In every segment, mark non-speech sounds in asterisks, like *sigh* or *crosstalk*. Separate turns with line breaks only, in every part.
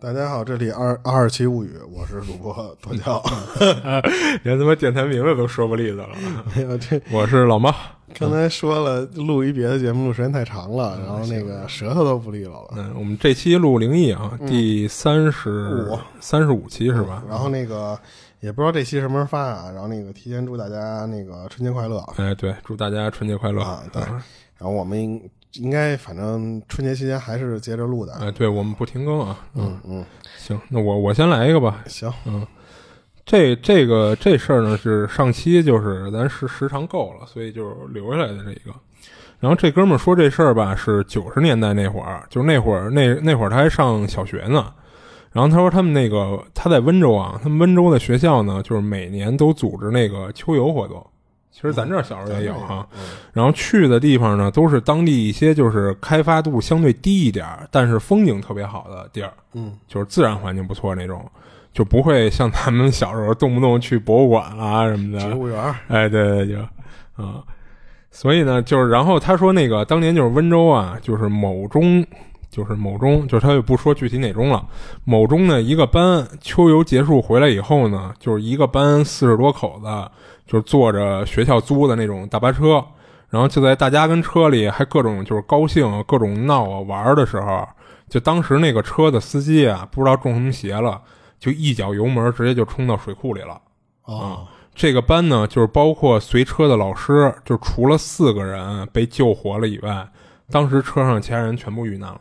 大家好，这里二二二七物语，我是主播多娇。
*laughs* 连他妈电台名字都说不利索了。
*laughs* 哎呀，这
我是老猫，
刚才说了录一别的节目，录时间太长了，然后那个舌头都不利落了。
嗯，我们这期录灵异啊，第三十
嗯五嗯
三十五期是吧？
然后那个也不知道这期什么时候发啊，然后那个提前祝大家那个春节快乐。
哎，对，祝大家春节快乐嗯
啊对然后我们应应该反正春节期间还是接着录的。
哎，对我们不停更啊。嗯，
嗯嗯，
行，那我我先来一个吧。
行，
这这个这事儿呢，是上期就是咱时时长够了，所以就留下来的这一个。然后这哥们儿说这事儿吧，是九十年代那会儿，就是那会儿那那会儿他还上小学呢。然后他说他们那个他在温州啊，他们温州的学校呢，就是每年都组织那个秋游活动。其实哦咱这儿小时候也有哈、
嗯
然后去的地方呢，都是当地一些就是开发度相对低一点儿，但是风景特别好的地儿。
嗯，
就是自然环境不错那种，就不会像咱们小时候动不动去博物馆啦、什么
嗯植
的。
物园儿，
哎，对对对，就啊、所以呢，就是然后他说那个当年就是温州啊，就是某中，就是某中，就是他就不说具体哪中了。某中呢，一个班秋游结束回来以后呢，就是一个班四十多口子，就是坐着学校租的那种大巴车，然后就在大家跟车里还各种就是高兴啊、各种闹啊玩儿的时候，就当时那个车的司机啊，不知道中什么邪了，就一脚油门直接就冲到水库里了。
哦，
这个班呢，就是包括随车的老师，就除了四个人被救活了以外，当时车上其他人全部遇难了。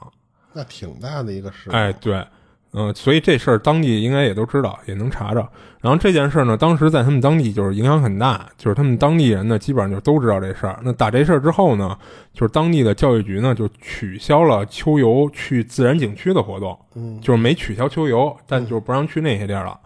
那挺大的一个事。
哎，对，嗯、所以这事儿当地应该也都知道，也能查着。然后这件事儿呢，当时在他们当地就是影响很大，就是他们当地人呢，基本上就都知道这事儿。那打这事儿之后呢，就是当地的教育局呢就取消了秋游去自然景区的活动，
嗯，
就是没取消秋游，但就是不让去那些地儿了。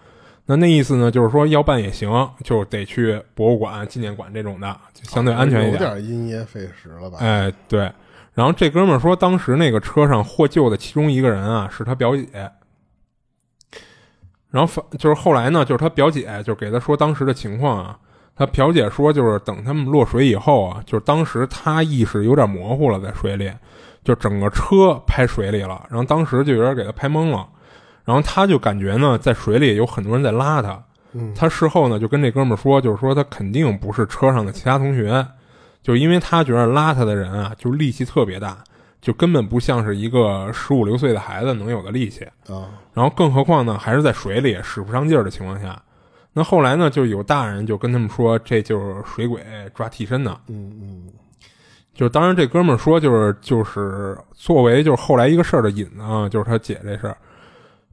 那那意思呢，就是说要办也行，就是得去博物馆、纪念馆这种的，就相对安全一
啊有
点。
点因噎废食了吧？
哎，对。然后这哥们儿说，当时那个车上获救的其中一个人啊，是他表姐。然后反就是后来呢，就是他表姐就给他说当时的情况啊。他表姐说，就是等他们落水以后啊，就是当时他意识有点模糊了，在水里，就整个车拍水里了。然后当时就有点给他拍懵了。然后他就感觉呢，在水里有很多人在拉他。
嗯
他事后呢就跟这哥们儿说，就是说他肯定不是车上的其他同学，就是因为他觉得拉他的人啊，就力气特别大，就根本不像是一个十五六岁的孩子能有的力气。
啊，
然后更何况呢，还是在水里使不上劲儿的情况下。那后来呢，就有大人就跟他们说，这就是水鬼抓替身呢。
嗯嗯，
就是当然这哥们儿说就是就是作为就是后来一个事儿的引啊，就是他姐这事儿。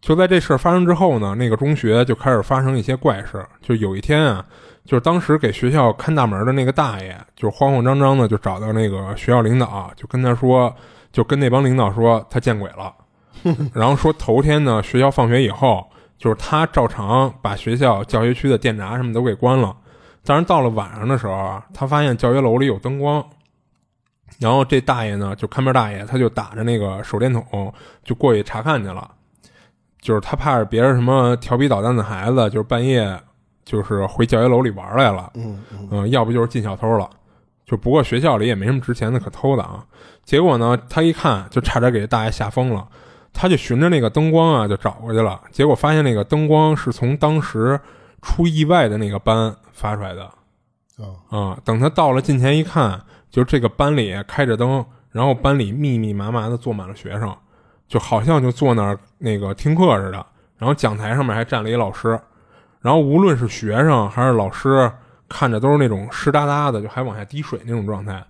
就在这事儿发生之后呢，那个中学就开始发生一些怪事儿。就有一天啊，就是当时给学校看大门的那个大爷，就慌慌张张的就找到那个学校领导，就跟他说，就跟那帮领导说他见鬼了，然后说头天呢学校放学以后，就是他照常把学校教学区的电闸什么都给关了。但是到了晚上的时候啊，他发现教学楼里有灯光，然后这大爷呢，就看门大爷，他就打着那个手电筒就过去查看去了，就是他怕是别人什么调皮捣蛋的孩子，就是半夜就是回教学楼里玩来了，
嗯嗯，
嗯、要不就是进小偷了。就不过学校里也没什么值钱的可偷的啊。结果呢，他一看就差点给大爷吓疯了，他就循着那个灯光啊就找过去了，结果发现那个灯光是从当时出意外的那个班发出来的，
啊，
啊、等他到了近前一看，就这个班里开着灯，然后班里密密麻麻的坐满了学生，就好像就坐那儿那个听课似的。然后讲台上面还站了一老师，然后无论是学生还是老师，看着都是那种湿哒哒的，就还往下滴水那种状态。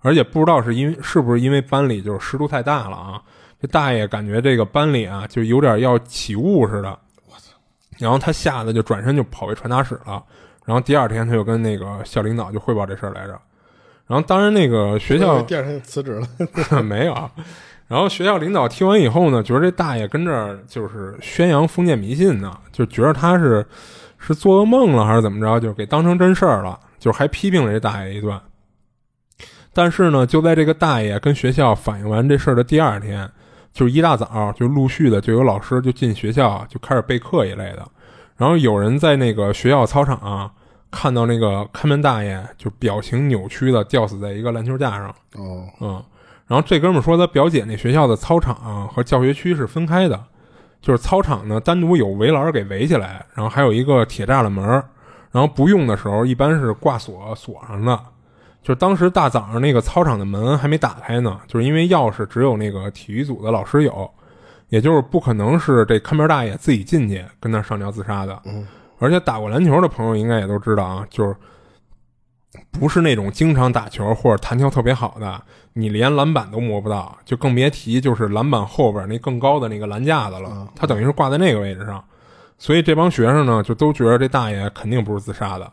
而且不知道是因为是不是因为班里就是湿度太大了啊，这大爷感觉这个班里啊就有点要起雾似的，然后他吓得就转身就跑回传达室了。然后第二天他就跟那个校领导就汇报这事儿来着。然后当然那个学
我以
校
为第二天就辞职了。
*laughs* 没有啊。然后学校领导听完以后呢，觉得这大爷跟这儿就是宣扬封建迷信呢，就觉得他是是做噩梦了还是怎么着，就给当成真事儿了，就还批评了这大爷一顿。但是呢，就在这个大爷跟学校反映完这事儿的第二天，就是一大早就陆续的就有老师就进学校就开始备课一类的，然后有人在那个学校操场、啊、看到那个看门大爷就表情扭曲的吊死在一个篮球架上。
*laughs* 哦，
嗯，然后这哥们儿说他表姐那学校的操场、和教学区是分开的，就是操场呢单独有围栏给围起来，然后还有一个铁栅栏门儿，然后不用的时候一般是挂锁锁上的。就是当时大早上那个操场的门还没打开呢，就是因为钥匙只有那个体育组的老师有，也就是不可能是这看门大爷自己进去跟那儿上吊自杀的。嗯，而且打过篮球的朋友应该也都知道啊，就是不是那种经常打球或者弹跳特别好的，你连篮板都摸不到，就更别提就是篮板后边那更高的那个篮架子了。他等于是挂在那个位置上，所以这帮学生呢就都觉得这大爷肯定不是自杀的，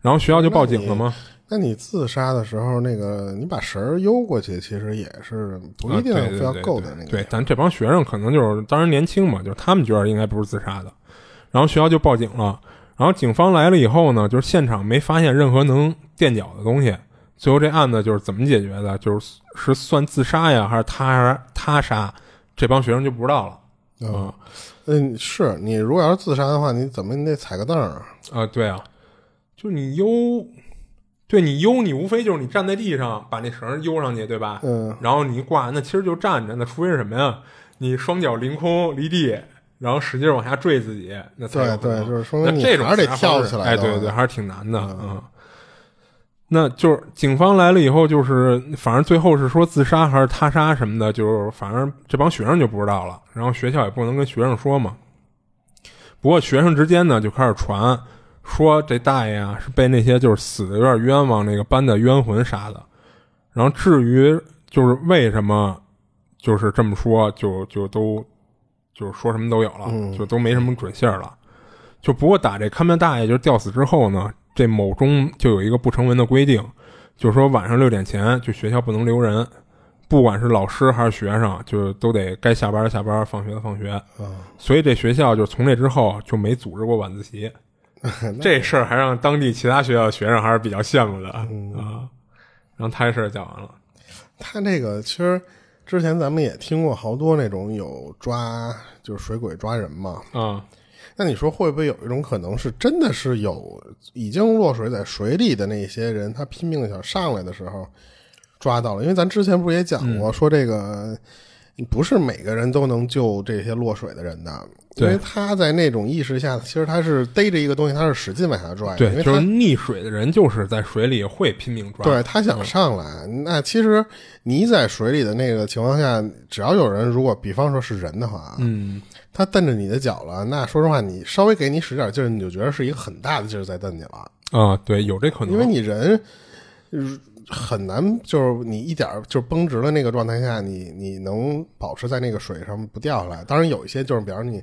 然后学校就报警了吗？
那你自杀的时候，那个你把绳儿悠过去，其实也是不一定
啊对
非
对
要
对
够
对
的那个。
对，咱这帮学生可能就是当时年轻嘛，就是他们觉得应该不是自杀的，然后学校就报警了。然后警方来了以后呢，就是现场没发现任何能垫脚的东西。最后这案子就是怎么解决的，就是是算自杀呀，还是他他杀？这帮学生就不知道了。
嗯
嗯
嗯，是你如果要是自杀的话，你怎么你得踩个凳儿啊？
啊、对啊，就你悠，对你悠，你无非就是你站在地上把那绳儿悠上去，对吧？
嗯，
然后你一挂，那其实就站着，那除非是什么呀？你双脚凌空离地，然后使劲往下坠自己，那才
对
有可能
对，就是说
那
明你
这种
还是
自
得
杀
跳
方式
起来。啊
哎，对对对，，还是挺难的啊、嗯那就是警方来了以后，就是反正最后是说自杀还是他杀什么的，就是反正这帮学生就不知道了，然后学校也不能跟学生说嘛。不过学生之间呢就开始传说这大爷啊是被那些就是死的有点冤枉那个班的冤魂杀的。然后至于就是为什么就是这么说，就就都就是说什么都有了，
嗯
就都没什么准信儿了。就不过打这看门大爷就是吊死之后呢，这某中就有一个不成文的规定，就是说晚上六点前就学校不能留人，不管是老师还是学生，就都得该下班的下班，放学的放
啊
学。所以这学校就从这之后就没组织过晚
*laughs*
自习。这事儿还让当地其他学校的学生还是比较羡慕的啊、
嗯
然后他这事儿讲完了，
他这个其实之前咱们也听过好多那种有抓就是水鬼抓人嘛。
嗯，
那你说会不会有一种可能是真的是有已经落水在水里的那些人，他拼命的想上来的时候抓到了？因为咱之前不是也
嗯
讲过，说这个不是每个人都能救这些落水的人的，因
对
为他在那种意识下，其实他是逮着一个东西，他是使劲往下拽的，哎因
对，
为
就是
他。
溺水的人就是在水里会拼命抓，嗯
对他想上来，那其实你在水里的那个情况下，只要有人，如果比方说是人的话，啊
嗯，
他蹬着你的脚了，那说实话，你稍微给你使点劲儿，你就觉得是一个很大的劲儿在蹬你了，
啊，对，有这可能，
因为你人呃很难，就是你一点儿就是绷直了那个状态下，你你能保持在那个水上不掉下来。当然有一些就是，比方说你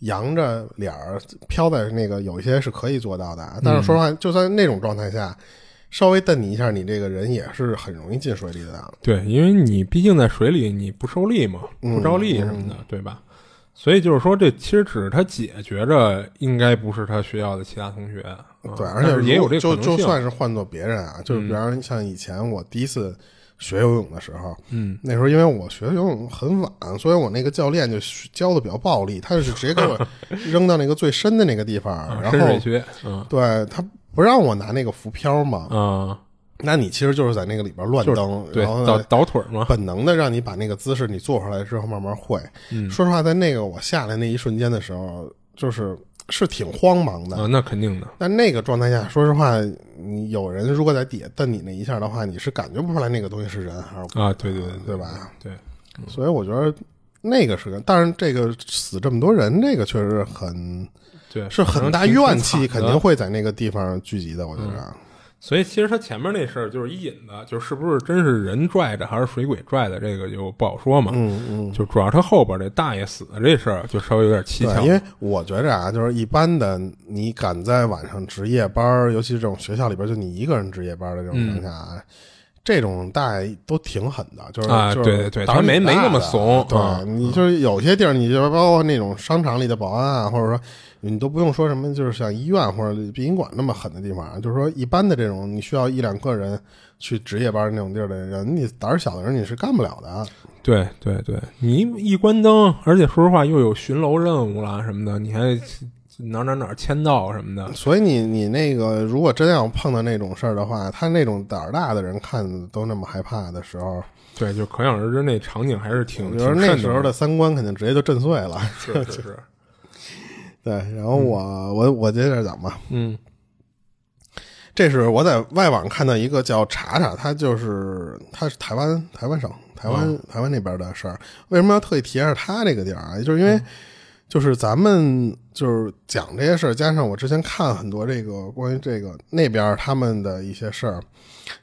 扬着脸儿飘在那个，有一些是可以做到的。啊但是说实话，
嗯
就算那种状态下，稍微蹬你一下，你这个人也是很容易进水里的。啊
对，因为你毕竟在水里，你不受力嘛，不着力什
嗯
么的，对吧？所以就是说，这其实只是他姐觉着应该不是他学校的其他同学，啊
对，而
但
且
是也
如
有这
就
个可能
就
性。
算是换做别人啊，就是比方像以前我第一次学游泳的时候，
嗯，
那时候因为我学游泳很晚，所以我那个教练就教的比较暴力，他就是直接给
*laughs*
我扔到那个最深的那个地方，
啊
然
深水
后
区，嗯
对他不让我拿那个浮漂嘛，
啊，
那你其实就是在那个里边乱蹬，
对，
然后
倒
呢
倒腿儿嘛，
本能的让你把那个姿势你做出来之后慢慢会。
嗯
说实话，在那个我下来那一瞬间的时候，就是是挺慌忙的，
啊，那肯定的，
但那个状态下，说实话，你有人如果在底下蹬你那一下的话，你是感觉不出来那个东西是人还是
啊，对对对
对吧？
对，
所以我觉得那个是个，但是这个死这么多人，这个确实很
对，
是
反
很
正
大
挺
怨
挺
气，
惨
肯
的
定会在那个地方聚集的。我觉啊得，
所以其实他前面那事儿就是一引子，就是是不是真是人拽着还是水鬼拽的，这个就不好说嘛。嗯嗯，就主要他后边这大爷死的这事儿就稍微有点蹊跷
对，因。为我觉着啊，就是一般的，你敢在晚上值夜班儿，尤其是这种学校里边就你一个人值夜班的这种情
嗯
况下啊。这种大爷都挺狠的，就是
啊
就是
对对对
胆儿
他没
挺大的
没那么怂
对、
啊
你就是有些地儿，你就包括那种商场里的保安啊，或者说你都不用说什么，就是像医院或者殡仪馆那么狠的地方啊，就是说一般的这种你需要一两个人去值夜班那种地儿的人，你胆儿小的人你是干不了的啊。
对对对，你一关灯，而且说实话又有巡楼任务啦什么的，你还哪儿哪儿哪儿签到什么的，
所以你你那个，如果真要碰到那种事儿的话，他那种胆儿大的人看都那么害怕的时候，
对，就可想而知那场景还是挺
我
挺
觉得
瘆
那
得
时候的三观肯定直接就震碎
*laughs*
了。
是是是，
*laughs* 对，然后我、我我接着讲吧。
嗯
这是我在外网看到一个叫查查，他就是他是台湾台湾省台湾、台湾那边的事儿。为什么要特意提一下他这个地儿啊？就是因为就是咱们就是讲这些事儿，加上我之前看很多这个关于这个那边儿他们的一些事儿，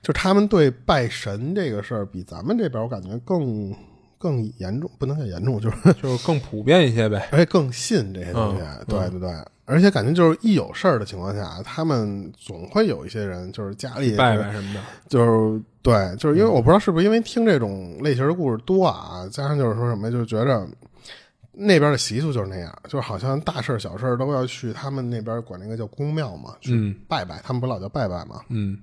就他们对拜神这个事儿比咱们这边儿我感觉更更严重，不能叫严重，就是
就是更普遍一些呗，
而且更信这些东西，
嗯
对对对。而且感觉就是一有事儿的情况下，他们总会有一些人，就是家里
拜嗯拜什么的，
就是对，就是因为我不知道是不是因为听这种类型的故事多啊，加上就是说什么，就是觉着那边的习俗就是那样，就是好像大事儿小事儿都要去他们那边管那个叫公庙嘛，去
嗯
拜拜，他们不老叫拜拜嘛。
嗯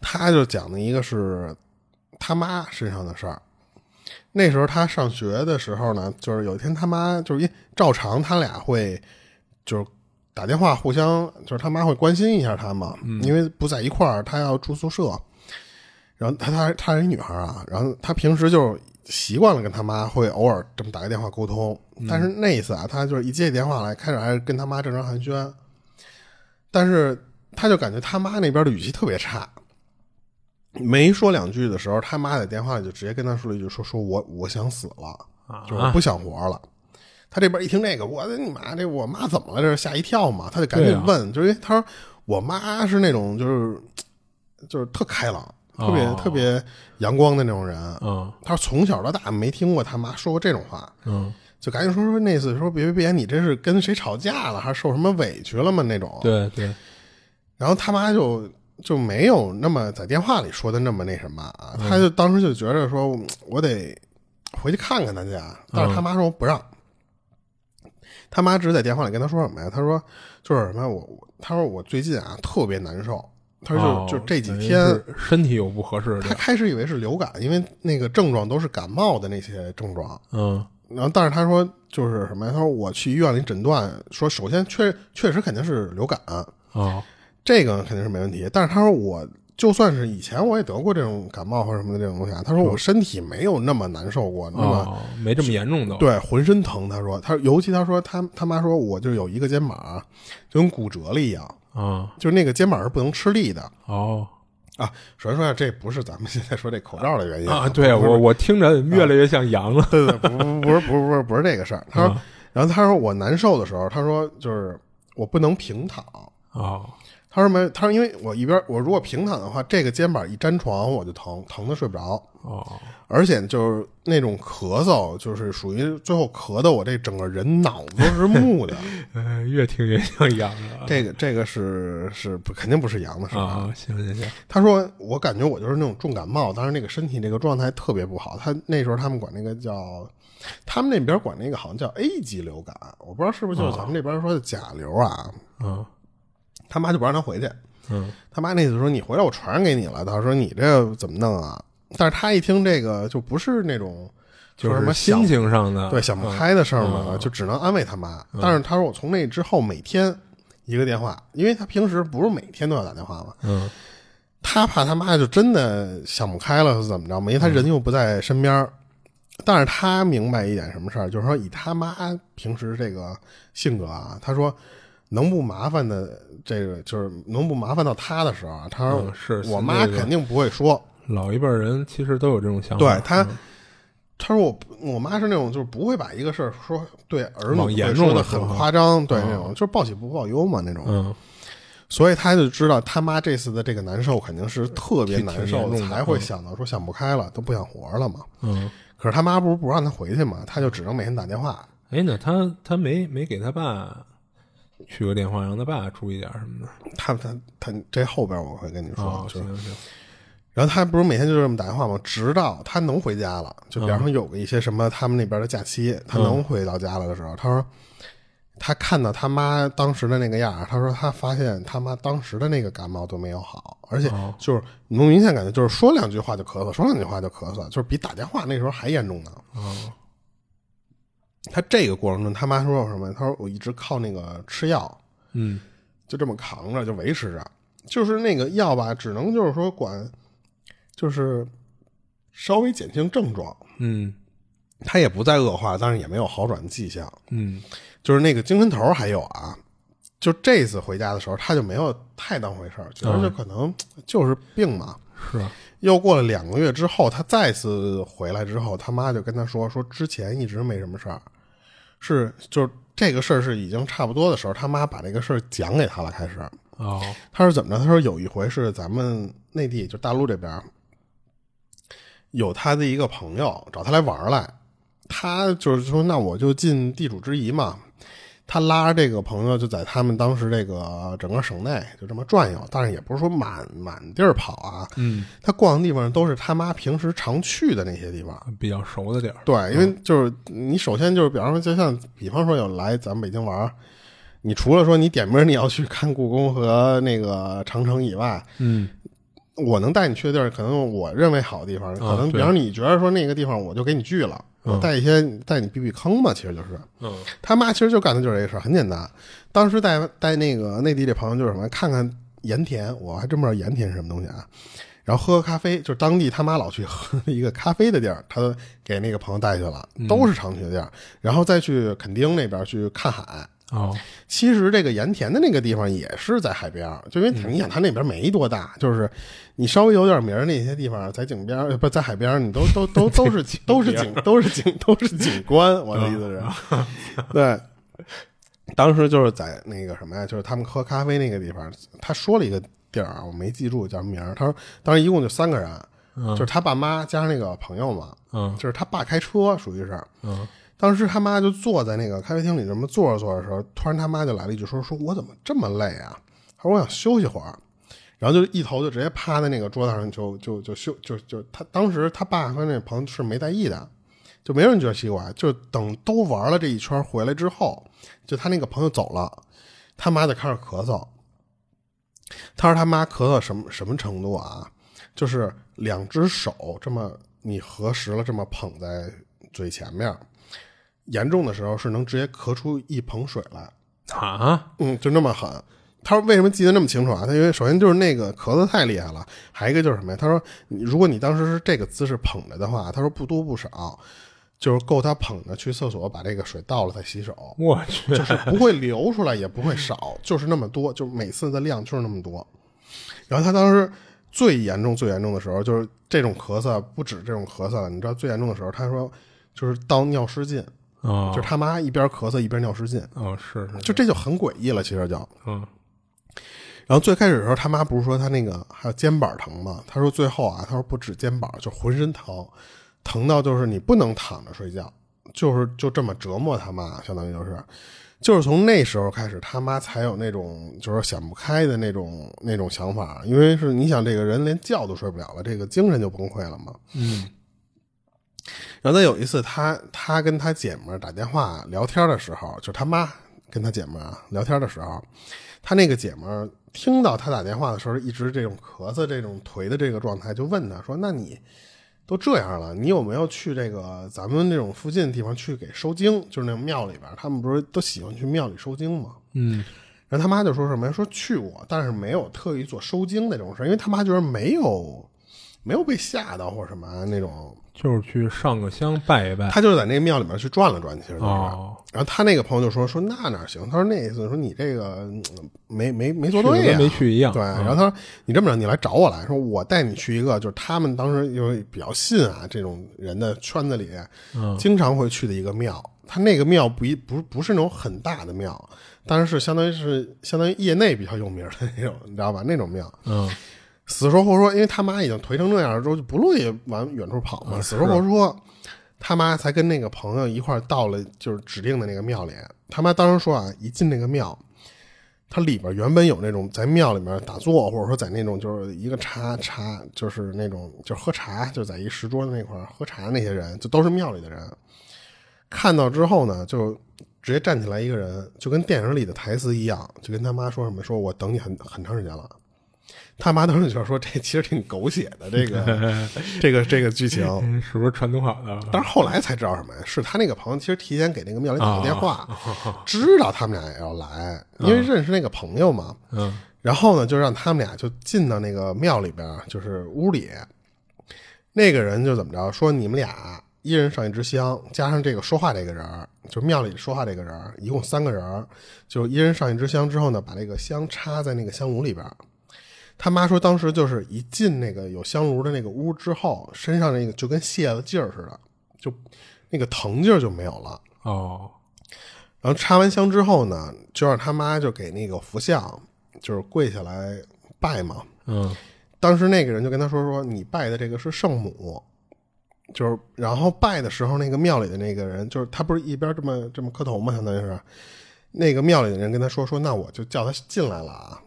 他就讲的一个是他妈身上的事儿。那时候他上学的时候呢，就是有一天他妈就是因照常他俩会就是打电话互相就是他妈会关心一下他嘛，因为不在一块儿，他要住宿舍。然后他他她是一女孩啊，然后她平时就习惯了跟她妈会偶尔这么打个电话沟通，但是那一次啊，她就是一接起电话来，开始还是跟她妈正常寒暄，但是她就感觉她妈那边的语气特别差，没说两句的时候，她妈在电话里就直接跟她说了一句说说我我想死了，就是我
啊
不想活了。她这边一听这个，我的你妈，这我妈怎么了？这是吓一跳嘛？她就赶紧
对啊
问，就是因为她说我妈是那种就是就是特开朗，特别、
哦
特别阳光的那种人。
嗯
他从小到大没听过他妈说过这种话，
嗯，
就赶紧说说那次说别别别，你这是跟谁吵架了，还是受什么委屈了吗？那种。
对对，
然后他妈就就没有那么在电话里说的那么那什么啊，他
嗯
就当时就觉着说，嗯我得回去看看他去啊。但
嗯
是他妈说不让，他妈只是在电话里跟他说什么呀？他说就是什么我，我他说我最近啊特别难受，他说就、
哦
就这几
等于
天
是身体有不合适
他
的，
开始以为是流感，因为那个症状都是感冒的那些症状。
嗯
然后，但是他说就是什么呀？他说我去医院里诊断，说首先确确实肯定是流感，啊
哦
这个肯定是没问题。但是他说我就算是以前我也得过这种感冒或者什么的这种东西啊，他说我
嗯
身体没有那么难受过， *laughs* 那么、
哦，没这么严重都，
对浑身疼。他说他尤其他说他他妈说我就有一个肩膀啊就跟骨折了一样，
啊
就是那个肩膀是不能吃力的。
哦
啊，首先说一下，这不是咱们现在说这口罩的原因
啊，对
不是啊
我我听着越来越像羊了，
对对，不不不是不是不是不是这个事儿。他
啊
说，然后他说我难受的时候，他说就是我不能平躺。
哦
他说没，他说因为我一边我如果平躺的话，这个肩膀一沾床我就疼，疼的睡不着，
哦
而且就是那种咳嗽，就是属于最后咳的我这整个人脑子都是木的。
哎，越听越像羊了。
这个这个是是不肯定不是羊的事儿。
啊，行行行，
他说我感觉我就是那种重感冒，当时那个身体那个状态特别不好。他那时候他们管那个叫，他们那边管那个好像叫 A 级流感，我不知道是不是就是咱们这边说的甲流啊。
嗯
他妈就不让他回去，
嗯
他妈那次说你回来我传染给你了，到时候你这怎么弄啊？但是他一听这个就不是那种
就
说什
是
么想
心情上的，嗯
对想不开的事儿嘛，就只能安慰他妈。但是他说我从那之后每天一个电话，因为他平时不是每天都要打电话嘛，
嗯
他怕他妈就真的想不开了，是怎么着嘛？因
嗯
为他人又不在身边儿。但是他明白一点什么事儿，就是说以他妈平时这个性格啊，他说能不麻烦的这个就是能不麻烦到他的时候啊，他说、
嗯是
我妈
这个
肯定不会说，
老一辈人其实都有这种想法，
对他。他说我不我妈是那种就是不会把一个事儿说对儿
往
女
严
会
重
说
了
的
说
很
哈
夸张，对那种就是报喜不报忧嘛那种。
嗯
所以他就知道他妈这次的这个难受肯定是特别
挺
难
挺
受
严，重的
才会想到说想不开了，都不想活了嘛。
嗯，
可是他妈不是不让他回去嘛，他就只能每天打电话。
哎，那他他没没给他爸去个电话，让他爸注意点什么的
他他他这后边我会跟你说，
啊？
就是
行行行，
然后他不是每天就这么打电话吗？直到他能回家了，就比方说有个一些什么他们那边的假期，他能回到家了的时候，他说他看到他妈当时的那个样儿，他说他发现他妈当时的那个感冒都没有好，而且
哦
就是能明显感觉就是说两句话就咳嗽，说两句话就咳嗽，就是比打电话那时候还严重呢。
哦
他这个过程中，他妈说什么？他说我一直靠那个吃药，
嗯
就这么扛着，就维持着。就是那个药吧，只能就是说管，就是稍微减轻症状，
嗯
它也不再恶化，但是也没有好转迹象。
嗯
就是那个精神头儿还有啊，就这次回家的时候，他就没有太当回事儿，觉得这可能就是病嘛。
嗯是啊
又过了两个月之后，他再次回来之后，他妈就跟他说说之前一直没什么事儿，是就是这个事儿是已经差不多的时候，他妈把这个事儿讲给他了。开始
哦
他说怎么着？他说有一回是咱们内地就大陆这边儿有他的一个朋友找他来玩儿来，他就是说那我就尽地主之谊嘛。他拉着这个朋友就在他们当时这个整个省内就这么转悠，但是也不是说满满地儿跑啊，
嗯
他逛的地方都是他妈平时常去的那些地方。
比较熟的点儿
对，因为就是你首先就是，比方说，就像比方说有来咱们北京玩儿，你除了说你点名你要去看故宫和那个长城以外，
嗯
我能带你去的地儿，可能我认为好的地方，可能比
对
方你觉得说那个地方我就给你拒了，我带一些带你避避坑嘛，其实就是。
嗯
他妈其实就干的就是这事儿，很简单。当时带带那个内地这朋友就是什么，看看盐田，我还真不知道盐田是什么东西啊。然后喝个咖啡，就是当地他妈老去喝的一个咖啡的地儿，他都给那个朋友带去了，都是常去的地儿。然后再去垦丁那边去看海。
哦
其实这个盐田的那个地方也是在海边儿，就因为你想，它那边没多大，就是你稍微有点名儿那些地方，在井边儿呃不在海边儿，你都都都都是都是景都是景都是景观，我的意思是，对。当时就是在那个什么呀，就是他们喝咖啡那个地方，他说了一个地儿啊，我没记住叫什么名儿。他说当时一共就三个人，
嗯
就是他爸妈加上那个朋友嘛，
嗯
就是他爸开车，属于是，
嗯
当时他妈就坐在那个咖啡厅里这么坐着坐着的时候，突然他妈就来了一句说：“说我怎么这么累啊？”他说：“我想休息会儿。”然后就一头就直接趴在那个桌子上就就就休就就他当时他爸和那朋友是没在意的，就没人觉得奇怪。就等都玩了这一圈回来之后，就他那个朋友走了，他妈就开始咳嗽。他说他妈咳嗽什么什么程度啊？就是两只手这么你合十了这么捧在嘴前面，严重的时候是能直接咳出一盆水来，
啊
嗯，就那么狠。他说为什么记得那么清楚啊？他因为首先就是那个咳嗽太厉害了，还有一个就是什么呀？他说你如果你当时是这个姿势捧着的话，他说不多不少，就是够他捧着去厕所把这个水倒了再洗手，
我去
就是不会流出来，也不会少，就是那么多，就是每次的量就是那么多。然后他当时最严重、最严重的时候，就是这种咳嗽，不止这种咳嗽了，你知道最严重的时候，他说就是到尿失禁，
哦
就是他妈一边咳嗽一边尿失禁，
哦是是
就这就很诡异了，其实就。
嗯
然后最开始的时候，他妈不是说他那个还有肩膀疼吗？他说最后啊，他说不止肩膀，就浑身疼，疼到就是你不能躺着睡觉，就是就这么折磨他妈，相当于就是，就是从那时候开始，他妈才有那种就是想不开的那种那种想法，因为是你想这个人连觉都睡不了了，这个精神就崩溃了嘛。
嗯
然后再有一次他，他跟他姐们儿打电话聊天的时候，就是他妈跟他姐们儿啊聊天的时候，他那个姐们儿听到他打电话的时候，一直这种咳嗽、这种颓的这个状态，就问他说：“那你都这样了，你有没有去这个咱们这种附近的地方去给收经？就是那种庙里边儿，他们不是都喜欢去庙里收经吗？”
嗯
然后他妈就说什么呀？说去过，但是没有特意做收经那种事儿，因为他妈觉得没有没有被吓到或者什么啊那种。
就是去上个香拜一拜
他就是在那个庙里面去转了转，其实就是。
哎哦
然后他那个朋友就说说那哪行？他说那意思说你这个嗯没没没做
去的
对
跟
呀、
没去啊一样
对，然后他说你这么着，你来找我来说，我带你去一个就是他们当时因为比较信啊这种人的圈子里，
嗯
经常会去的一个庙。他那个庙不一不不是那种很大的庙，但是是相当于是相当于业内比较有名的那种，你知道吧？那种庙。
嗯
死说活说，因为他妈已经颓成这样了之后，就不乐意往远处跑嘛。死说活说，他妈才跟那个朋友一块儿到了就是指定的那个庙里。他妈当时说啊，一进那个庙，它里边原本有那种在庙里面打坐，或者说在那种就是一个茶茶，就是那种就是喝茶，就在一石桌子那块儿喝茶那些人，就都是庙里的人。看到之后呢，就直接站起来一个人，就跟电影里的台词一样，就跟他妈说什么，说我等你很很长时间了。他妈当时就说这其实挺狗血的，这个这个这个剧情。
嗯，是不是传统好的？
但是后来才知道什么呀？是他那个朋友其实提前给那个庙里打过电话，知道他们俩要来，因为认识那个朋友嘛。
嗯
然后呢，就让他们俩就进到那个庙里边儿，就是屋里。那个人就怎么着说，你们俩一人上一支香，加上这个说话这个人儿，就是庙里说话这个人儿，一共三个人儿，就一人上一支香之后呢，把这个香插在那个香炉里边儿。他妈说，当时就是一进那个有香炉的那个屋之后，身上那个就跟泄了劲儿似的，就那个疼劲儿就没有了。
哦
然后插完香之后呢，就让他妈就给那个佛像就是跪下来拜嘛。
嗯
当时那个人就跟他说说你拜的这个是圣母，就是然后拜的时候，那个庙里的那个人就是他不是一边这么这么磕头嘛，相当于是那个庙里的人跟他说说那我就叫他进来了啊。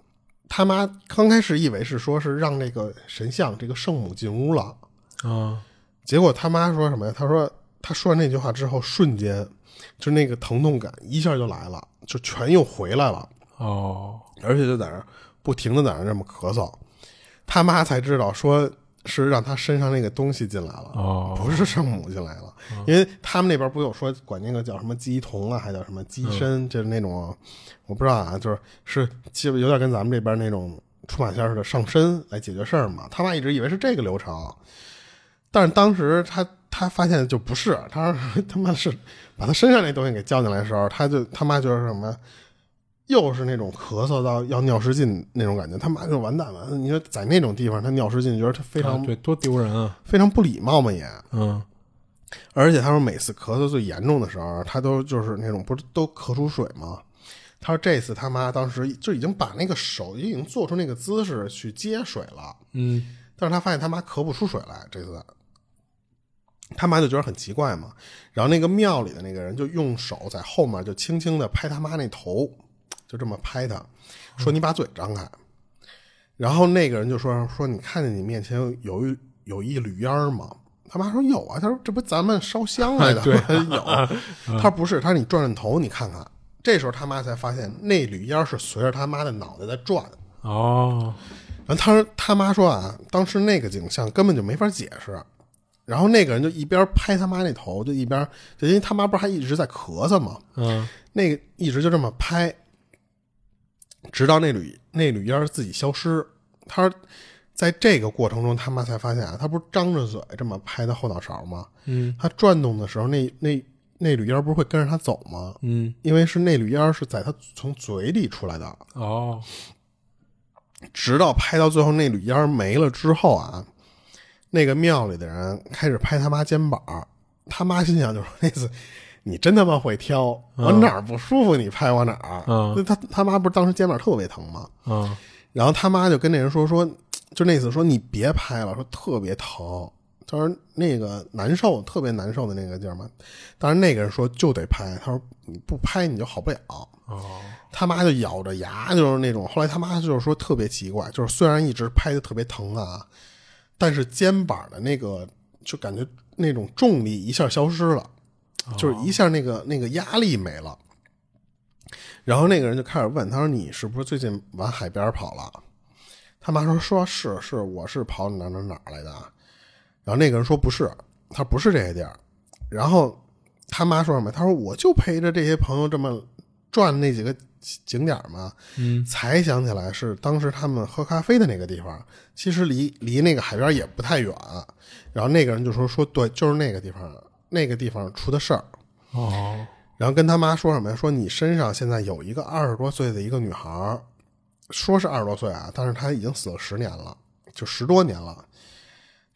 他妈刚开始以为是说是让这个神像这个圣母进屋了，
啊
结果他妈说什么呀？他说他说完那句话之后，瞬间就那个疼痛感一下就来了，就全又回来了，
哦
而且就在那儿不停的在那儿这么咳嗽。他妈才知道说是让他身上那个东西进来了，
哦
不是圣母进来了，因为他们那边不有说管那个叫什么鸡童啊，还叫什么鸡身，就是那种我不知道啊，就是是基本有点跟咱们这边那种出马仙儿似的上身来解决事儿嘛。他妈一直以为是这个流程，但是当时他他发现就不是，他说他妈是把他身上那东西给叫进来的时候，他就他妈就是什么。又是那种咳嗽到要尿失禁那种感觉，他妈就完蛋了。你说在那种地方，他尿失禁，觉得他非常、
啊对，多丢人啊！
非常不礼貌嘛也。
嗯
而且他说每次咳嗽最严重的时候，他都就是那种不是都咳出水吗？他说这次他妈当时就已经把那个手已经做出那个姿势去接水了，
嗯
但是他发现他妈咳不出水来，这次他妈就觉得很奇怪嘛。然后那个庙里的那个人就用手在后面就轻轻的拍他妈那头，就这么拍他，说你把嘴张开。然后那个人就说说你看见你面前有一有一缕烟儿吗？他妈说有啊，他说这不咱们烧香来的，
对
*laughs* 有。 *laughs* 他说不是，他说你转转头你看看。这时候他妈才发现那缕烟儿是随着他妈的脑袋在转。
哦
然后他说他妈说啊，当时那个景象根本就没法解释。然后那个人就一边拍他妈那头，就一边就因为他妈不是还一直在咳嗽嘛，
嗯
那个一直就这么拍，直到那缕那缕烟儿自己消失。他说在这个过程中，他妈才发现啊，他不是张着嘴这么拍他后脑勺吗？
嗯
他转动的时候，那那那缕烟儿不是会跟着他走吗？
嗯
因为是那缕烟儿是在他从嘴里出来的。
哦
直到拍到最后那缕烟儿没了之后啊，那个庙里的人开始拍他妈肩膀儿，他妈心想就是那次。你真他妈会挑，我哪儿不舒服你拍我哪儿。啊
嗯
那他他妈不是当时肩膀特别疼吗？
嗯
然后他妈就跟那人说说，就那次说你别拍了，说特别疼，他说那个难受，特别难受的那个地儿嘛。当然那个人说就得拍，他说你不拍你就好不了。
哦
他妈就咬着牙，就是那种。后来他妈就是说特别奇怪，就是虽然一直拍的特别疼啊，但是肩膀的那个就感觉那种重力一下消失了，就是一下那个那个压力没了。然后那个人就开始问他说：“你是不是最近往海边跑了？”他妈说：“说是是，我是跑哪儿哪儿哪儿来的。”啊然后那个人说：“不是，他不是这些地儿。”然后他妈说什么？他说：“我就陪着这些朋友这么转那几个景点儿嘛，
嗯
才想起来是当时他们喝咖啡的那个地方，其实离离那个海边也不太远。然后那个人就说说对，就是那个地方，那个地方出的事儿。
哦
然后跟他妈说什么呀？说你身上现在有一个二十多岁的一个女孩儿，说是二十多岁啊，但是她已经死了十年了，就十多年了。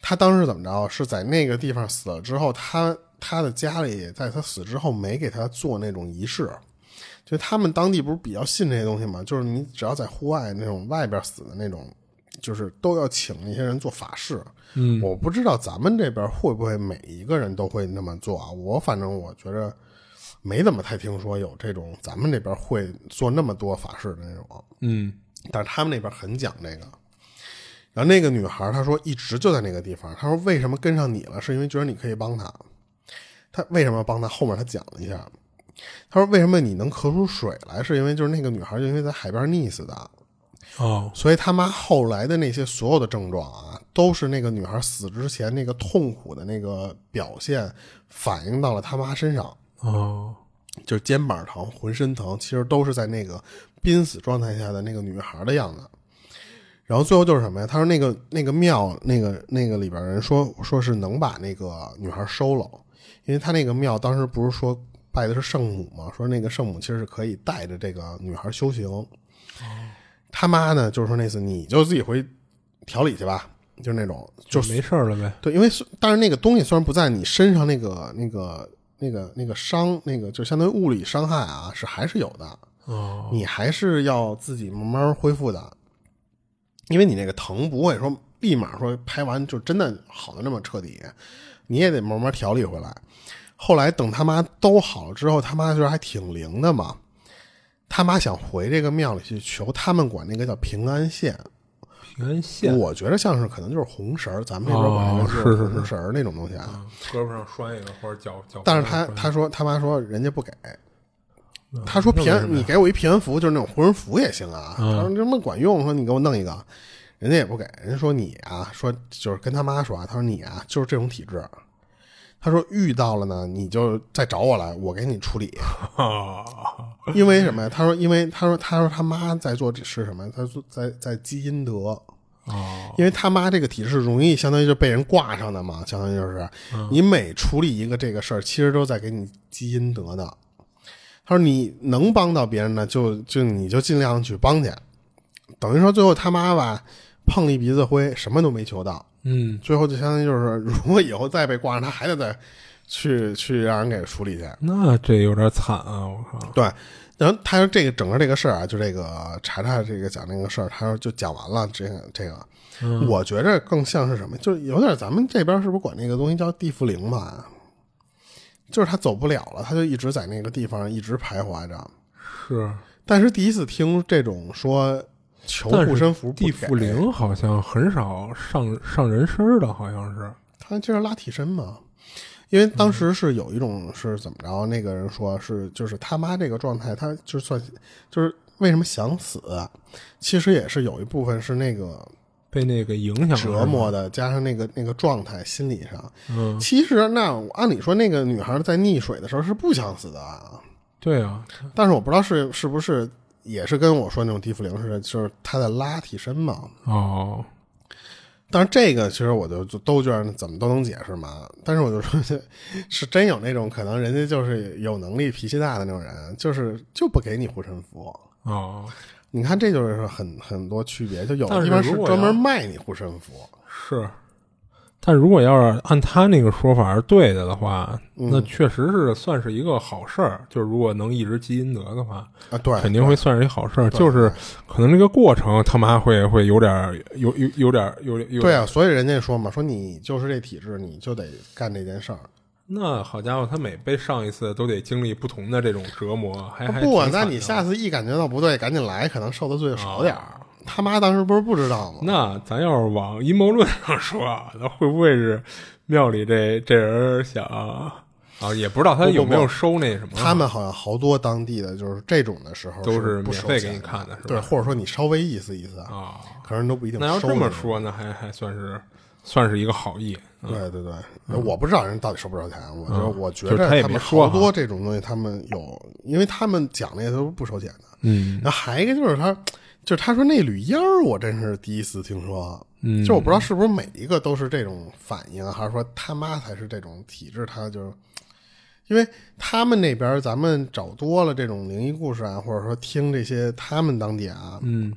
她当时怎么着？是在那个地方死了之后，她她的家里在她死之后没给她做那种仪式，就他们当地不是比较信这些东西嘛？就是你只要在户外那种外边死的那种，就是都要请那些人做法事。
嗯
我不知道咱们这边会不会每一个人都会那么做啊？我反正我觉着没怎么太听说有这种咱们这边会做那么多法事的那种，
嗯
但是他们那边很讲这个。然后那个女孩她说一直就在那个地方，她说为什么跟上你了，是因为觉得你可以帮她。她为什么要帮她？后面她讲了一下，她说为什么你能咳出水来，是因为就是那个女孩就因为在海边溺死的。
哦，
所以他妈后来的那些所有的症状啊，都是那个女孩死之前那个痛苦的那个表现反映到了他妈身上，
哦，
就是肩膀疼、浑身疼，其实都是在那个濒死状态下的那个女孩的样子。然后最后就是什么呀？他说那个那个庙那个那个里边人说说是能把那个女孩收了，因为他那个庙当时不是说拜的是圣母嘛，说那个圣母其实是可以带着这个女孩修行。他妈呢，就是说那次你就自己回调理去吧，就是那种
就
就
没事儿了呗。
对，因为虽但是那个东西虽然不在你身上那个那个那个那个伤，那个就相当于物理伤害啊，是还是有的，
哦，
你还是要自己慢慢恢复的，因为你那个疼不会说立马说拍完就真的好的那么彻底，你也得慢慢调理回来。后来等他妈都好了之后，他妈就是还挺灵的嘛，他妈想回这个庙里去求他们管那个叫平安县，
平安县，
我觉得像是可能就是红绳儿，咱们这边管
哦
那个
是是是
红绳儿那种东西啊。
嗯胳膊上拴一个或者嗯脚脚，
但是他他说他妈说人家不给，他说平安你给我一平安符，就是那种护身符也行啊。
嗯
他说你这么管用，说你给我弄一个，人家也不给。人家说你啊，说就是跟他妈说啊，他说你啊就是这种体质。他说遇到了呢，你就再找我来，我给你处理。
啊，
因为什么呀？他说，因为他说他说他妈在做这是什么呀？他说在在积阴德。
哦，
因为他妈这个体质容易，相当于就被人挂上的嘛，相当于就是、你每处理一个这个事儿，其实都在给你积阴德的。他说你能帮到别人呢，就就你就尽量去帮去。等于说最后他妈吧碰了一鼻子灰，什么都没求到，
*laughs* 嗯，
最后就相当于就是， *laughs* 如果以后再被挂上，他还得再去去让人给处理去。
那这有点惨啊，我靠，
对，然后他说这个整个这个事儿啊，就这个查查这个讲那个事儿，他说就讲完了这个这个，
嗯
我觉着更像是什么，就是有点咱们这边是不是管那个东西叫地缚灵吧？就是他走不了了，他就一直在那个地方一直徘徊着。
是
但是第一次听这种说求
但是
护身符不
地
给
缚，灵好像很少上上人身儿的，好像是，
他就是拉替身嘛。因为当时是有一种是怎么着，那个人说是就是他妈这个状态，他就算就是为什么想死，其实也是有一部分是那个
被那个影响了
折，磨的，加上那个那个状态心理上。
嗯，
其实那我按理说那个女孩在溺水的时候是不想死的啊，
对啊，
但是我不知道是是不是也是跟我说那种地缚灵似的，就是她在拉替身嘛。
哦，
但是这个其实我就就都觉得怎么都能解释嘛。但是我就说， *laughs* 是真有那种可能人家就是有能力、脾气大的那种人，就是就不给你护身符。
哦，
你看，这就是很很多区别，就有
但
的
是
地方是
如果
专
要
门卖你护身符，
是。但如果要是按他那个说法是对的的话，
嗯
那确实是算是一个好事儿。就是如果能一直积阴德的话，
啊，对，
肯定会算是一好事儿。就是可能这个过程他妈会会有点儿有有有点儿有点有点
对啊，所以人家说嘛，说你就是这体质，你就得干这件事儿。
那好家伙，他每被上一次都得经历不同的这种折磨，还还
啊不管，
挺惨
那
的啊
你下次一感觉到不对，赶紧来，可能受的罪就少点儿。他妈当时不是不知道吗？
那咱要是往阴谋论上说啊，那会不会是庙里这这人想啊？也不知道他有没有收那什么，
他们好像好多当地的就是这种的时候
都
是不
免
收
费
钱
给你看的是吧？
对，或者说你稍微意思意思，
啊，
可能人都不一定收
那
你。
要这么说，嗯那还还算是算是一个好意。
对对对，我不知道人到底收不收钱，我觉得我觉
嗯就是他也
着
没
他们
说
好
哈
多这种东西，他们有，因为他们讲那些都是不收钱的。
嗯
然后还一个就是他，就是他说那缕烟儿，我真是第一次听说。
嗯
就我不知道是不是每一个都是这种反应，啊还是说他妈才是这种体质，他就是。因为他们那边儿咱们找多了这种灵异故事啊，或者说听这些他们当地啊，
嗯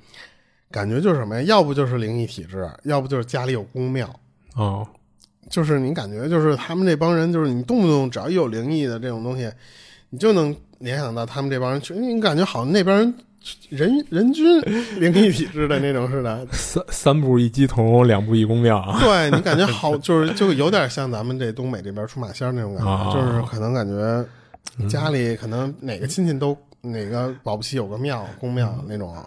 感觉就是什么呀？要不就是灵异体质，要不就是家里有宫庙，
哦。
就是你感觉就是他们这帮人，就是你动不动只要一有灵异的这种东西，你就能联想到他们这帮人去，你感觉好像那边人人人均灵异体质的那种似的
三三步一鸡同，两步一公庙啊。
对你感觉好，就是就有点像咱们这东北这边出马仙儿那种感
哦
觉，就是可能感觉家里可能哪个亲戚都哪个保不齐有个庙公庙那种。啊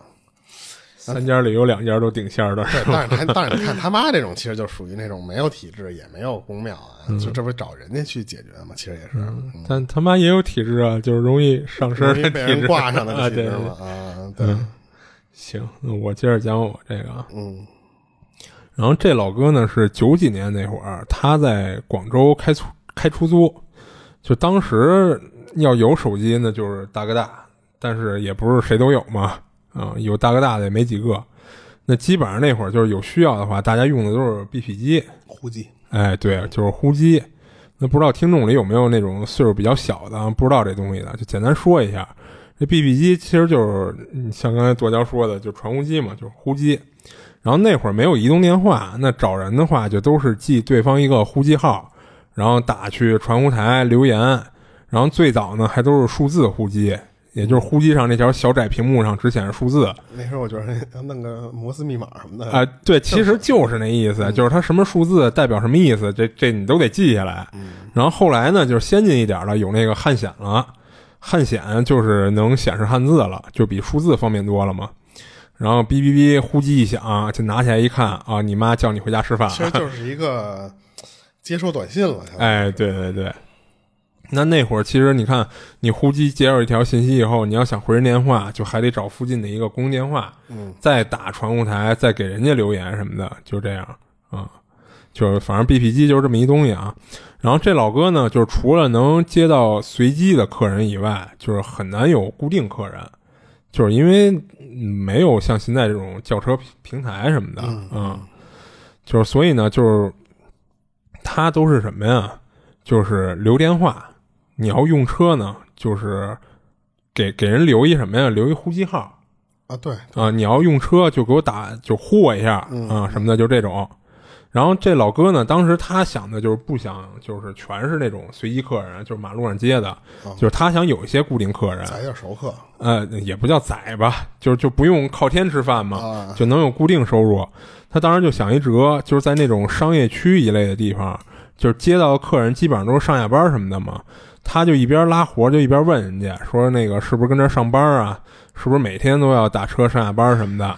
三家里有两家都顶线儿的，
对，但是他但是你看他妈这种，其实就属于那种没有体质也没有公庙啊，就这不是找人家去解决嘛？其实也是，嗯
但嗯他妈也有体质啊，就是容易上身
容
的
易
体
被
质，
人挂上的
啊，
体
对
质
对
嘛
对
啊，对，
行，那我接着讲我这个啊。
嗯
然后这老哥呢是九几年那会儿，他在广州开出开出租，就当时要有手机那就是大哥大，但是也不是谁都有嘛，啊、有大哥大的也没几个。那基本上那会儿就是有需要的话，大家用的都是 BP 机，
呼机，
哎，对，就是呼机。那不知道听众里有没有那种岁数比较小的啊，不知道这东西的，就简单说一下。这 BB 机其实就是嗯像刚才剁椒说的，就传呼机嘛，就是呼机。然后那会儿没有移动电话，那找人的话就都是记对方一个呼机号，然后打去传呼台留言。然后最早呢还都是数字呼机，也就是呼机上那条小窄屏幕上只显示数字。
那时候我觉得要弄个摩斯密码什么的
啊、，对，其实就是嗯那意思，就是它什么数字代表什么意思，这这你都得记下来。然后后来呢，就是先进一点了，有那个汉显了，汉显就是能显示汉字了，就比数字方便多了嘛。然后哔哔哔呼机一响，就拿起来一看啊，你妈叫你回家吃饭。啊
其实就是一个接收短信了。现在，
哎，对对对。那那会儿其实你看，你呼机接到一条信息以后，你要想回人电话，就还得找附近的一个公用电话，
嗯，
再打传呼台，再给人家留言什么的，就这样啊。就是反正 BP 机就是这么一东西啊。然后这老哥呢，就是除了能接到随机的客人以外，就是很难有固定客人，就是因为嗯没有像现在这种轿车平平台什么的，
嗯
啊，就是所以呢，就是他都是什么呀？就是留电话。你要用车呢，就是给给人留一什么呀？留一呼机号。
啊，对，
啊，你要用车就给我打，就呼我一下
嗯
啊什么的，就这种。然后这老哥呢，当时他想的就是不想，就是全是那种随机客人，就是马路上接的，就是他想有一些固定客人，
啊宰点熟客
呃，也不叫宰吧，就是就不用靠天吃饭嘛，
啊，
就能有固定收入。他当时就想一辙，就是在那种商业区一类的地方，就是接到的客人基本上都是上下班什么的嘛，他就一边拉活儿就一边问人家说那个是不是跟这儿上班啊？是不是每天都要打车上下班什么的？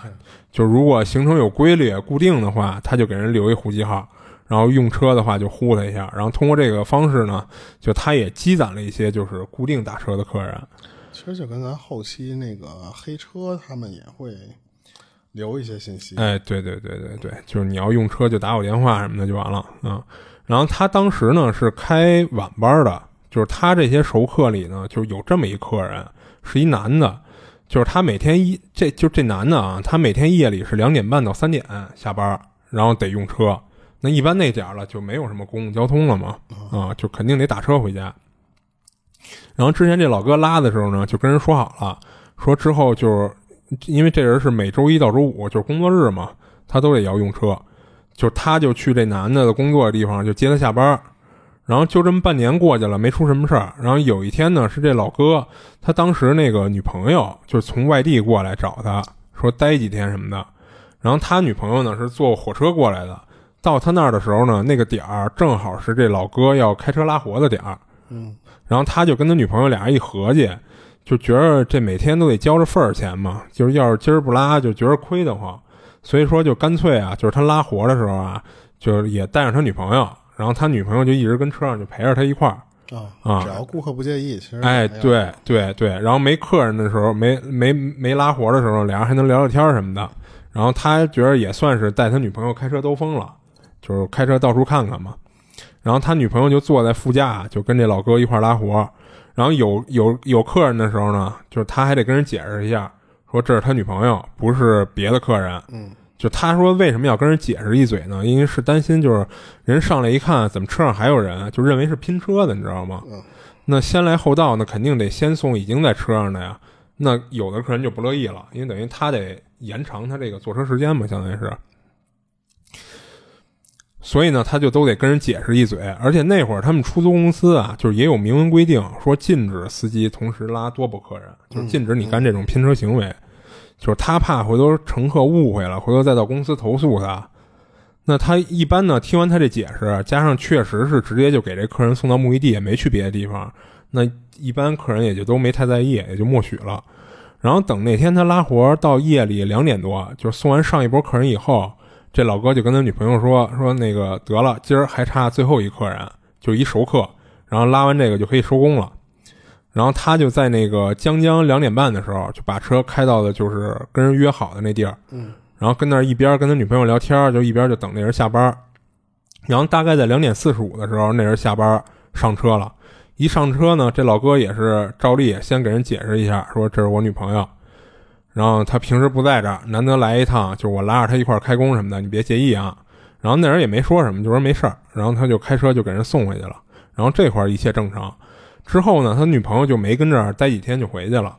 就如果行程有规律固定的话，他就给人留一呼机号，然后用车的话就呼他一下，然后通过这个方式呢，就他也积攒了一些就是固定打车的客人。
其实就跟咱后期那个黑车他们也会留一些信息。
哎，对对对对对，就是你要用车就打我电话什么的就完了啊、嗯然后他当时呢是开晚班的，就是他这些熟客里呢，就是有这么一客人，是一男的，就是他每天一这就这男的啊，他每天夜里是两点半到三点下班，然后得用车。那一般那点儿了就没有什么公共交通了嘛，啊、就肯定得打车回家。然后之前这老哥拉的时候呢，就跟人说好了，说之后就是因为这人是每周一到周五就是工作日嘛，他都得要用车，就他就去这男的的工作的地方就接他下班儿，然后就这么半年过去了，没出什么事儿。然后有一天呢，是这老哥他当时那个女朋友就是从外地过来找他说待几天什么的，然后他女朋友呢是坐火车过来的，到他那儿的时候呢，那个点儿正好是这老哥要开车拉活的点儿，
嗯，
然后他就跟他女朋友俩人一合计，就觉着这每天都得交着份儿钱嘛，就是要是今儿不拉，就觉着亏得慌，所以说就干脆啊，就是他拉活的时候啊，就是也带上他女朋友，然后他女朋友就一直跟车上就陪着他一块儿。
啊
啊
只要顾客不介意，其实
哎，
没有，
对对对，然后没客人的时候，没没没拉活的时候，俩人还能聊聊天儿什么的。然后他觉得也算是带他女朋友开车兜风了，就是开车到处看看嘛。然后他女朋友就坐在副驾，就跟这老哥一块儿拉活。然后有有有客人的时候呢，就是他还得跟人解释一下，说这是他女朋友，不是别的客人。
嗯，
就他说为什么要跟人解释一嘴呢？因为是担心就是人上来一看，怎么车上还有人，啊就认为是拼车的，你知道吗？
嗯
那先来后到，那肯定得先送已经在车上的呀。那有的客人就不乐意了，因为等于他得延长他这个坐车时间嘛，相当于是。所以呢，他就都得跟人解释一嘴。而且那会儿他们出租公司啊，就是也有明文规定，说禁止司机同时拉多拨客人，就是禁止你干这种拼车行为。就是他怕回头乘客误会了，回头再到公司投诉他。那他一般呢，听完他这解释，加上确实是直接就给这客人送到目的地，也没去别的地方，那一般客人也就都没太在意，也就默许了。然后等那天他拉活儿到夜里两点多，就是送完上一波客人以后，这老哥就跟他女朋友说说那个得了，今儿还差最后一客人，就一熟客，然后拉完这个就可以收工了。然后他就在那个将将两点半的时候，就把车开到了就是跟人约好的那地儿，
嗯，
然后跟那儿一边跟他女朋友聊天儿，就一边就等那人下班儿。然后大概在两点四十五的时候，那人下班儿上车了。一上车呢，这老哥也是照例先给人解释一下，说这是我女朋友。然后他平时不在这儿，难得来一趟，就我拉着他一块儿开工什么的，你别介意啊。然后那人也没说什么，就说没事儿。然后他就开车就给人送回去了。然后这会儿一切正常。之后呢，他女朋友就没跟这儿待几天就回去了，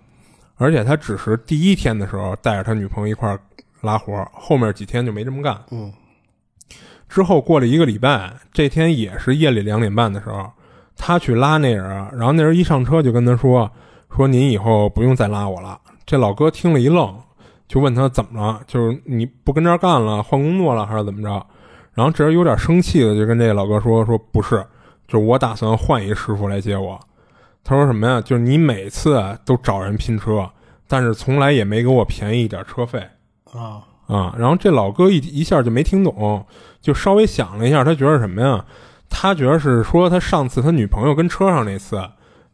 而且他只是第一天的时候带着他女朋友一块儿拉活儿，后面几天就没这么干。
嗯，
之后过了一个礼拜，这天也是夜里两点半的时候，他去拉那人，然后那人一上车就跟他说：“说您以后不用再拉我了。”这老哥听了一愣，就问他怎么了，就是你不跟这儿干了，换工作了还是怎么着？然后这人有点生气的就跟这老哥说：“说不是，就是我打算换一师傅来接我。”他说什么呀？就是你每次啊都找人拼车，但是从来也没给我便宜一点车费。
啊，
啊，然后这老哥一一下就没听懂，就稍微想了一下，他觉得什么呀？他觉得是说他上次他女朋友跟车上那次，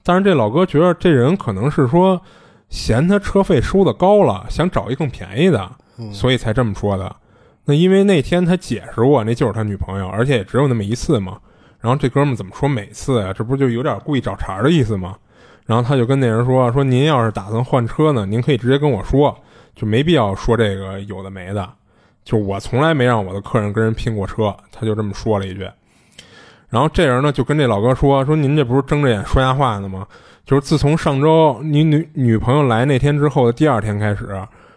但是这老哥觉得这人可能是说嫌他车费收的高了，想找一更便宜的，
嗯
所以才这么说的。那因为那天他解释过，那就是他女朋友，而且也只有那么一次嘛。然后这哥们怎么说每次啊呀？这不就有点故意找茬的意思吗？然后他就跟那人说：“说您要是打算换车呢，您可以直接跟我说，就没必要说这个有的没的。就我从来没让我的客人跟人拼过车。”他就这么说了一句。然后这人呢就跟这老哥说：“说您这不是睁着眼说瞎话呢吗？就是自从上周你女女朋友来那天之后的第二天开始，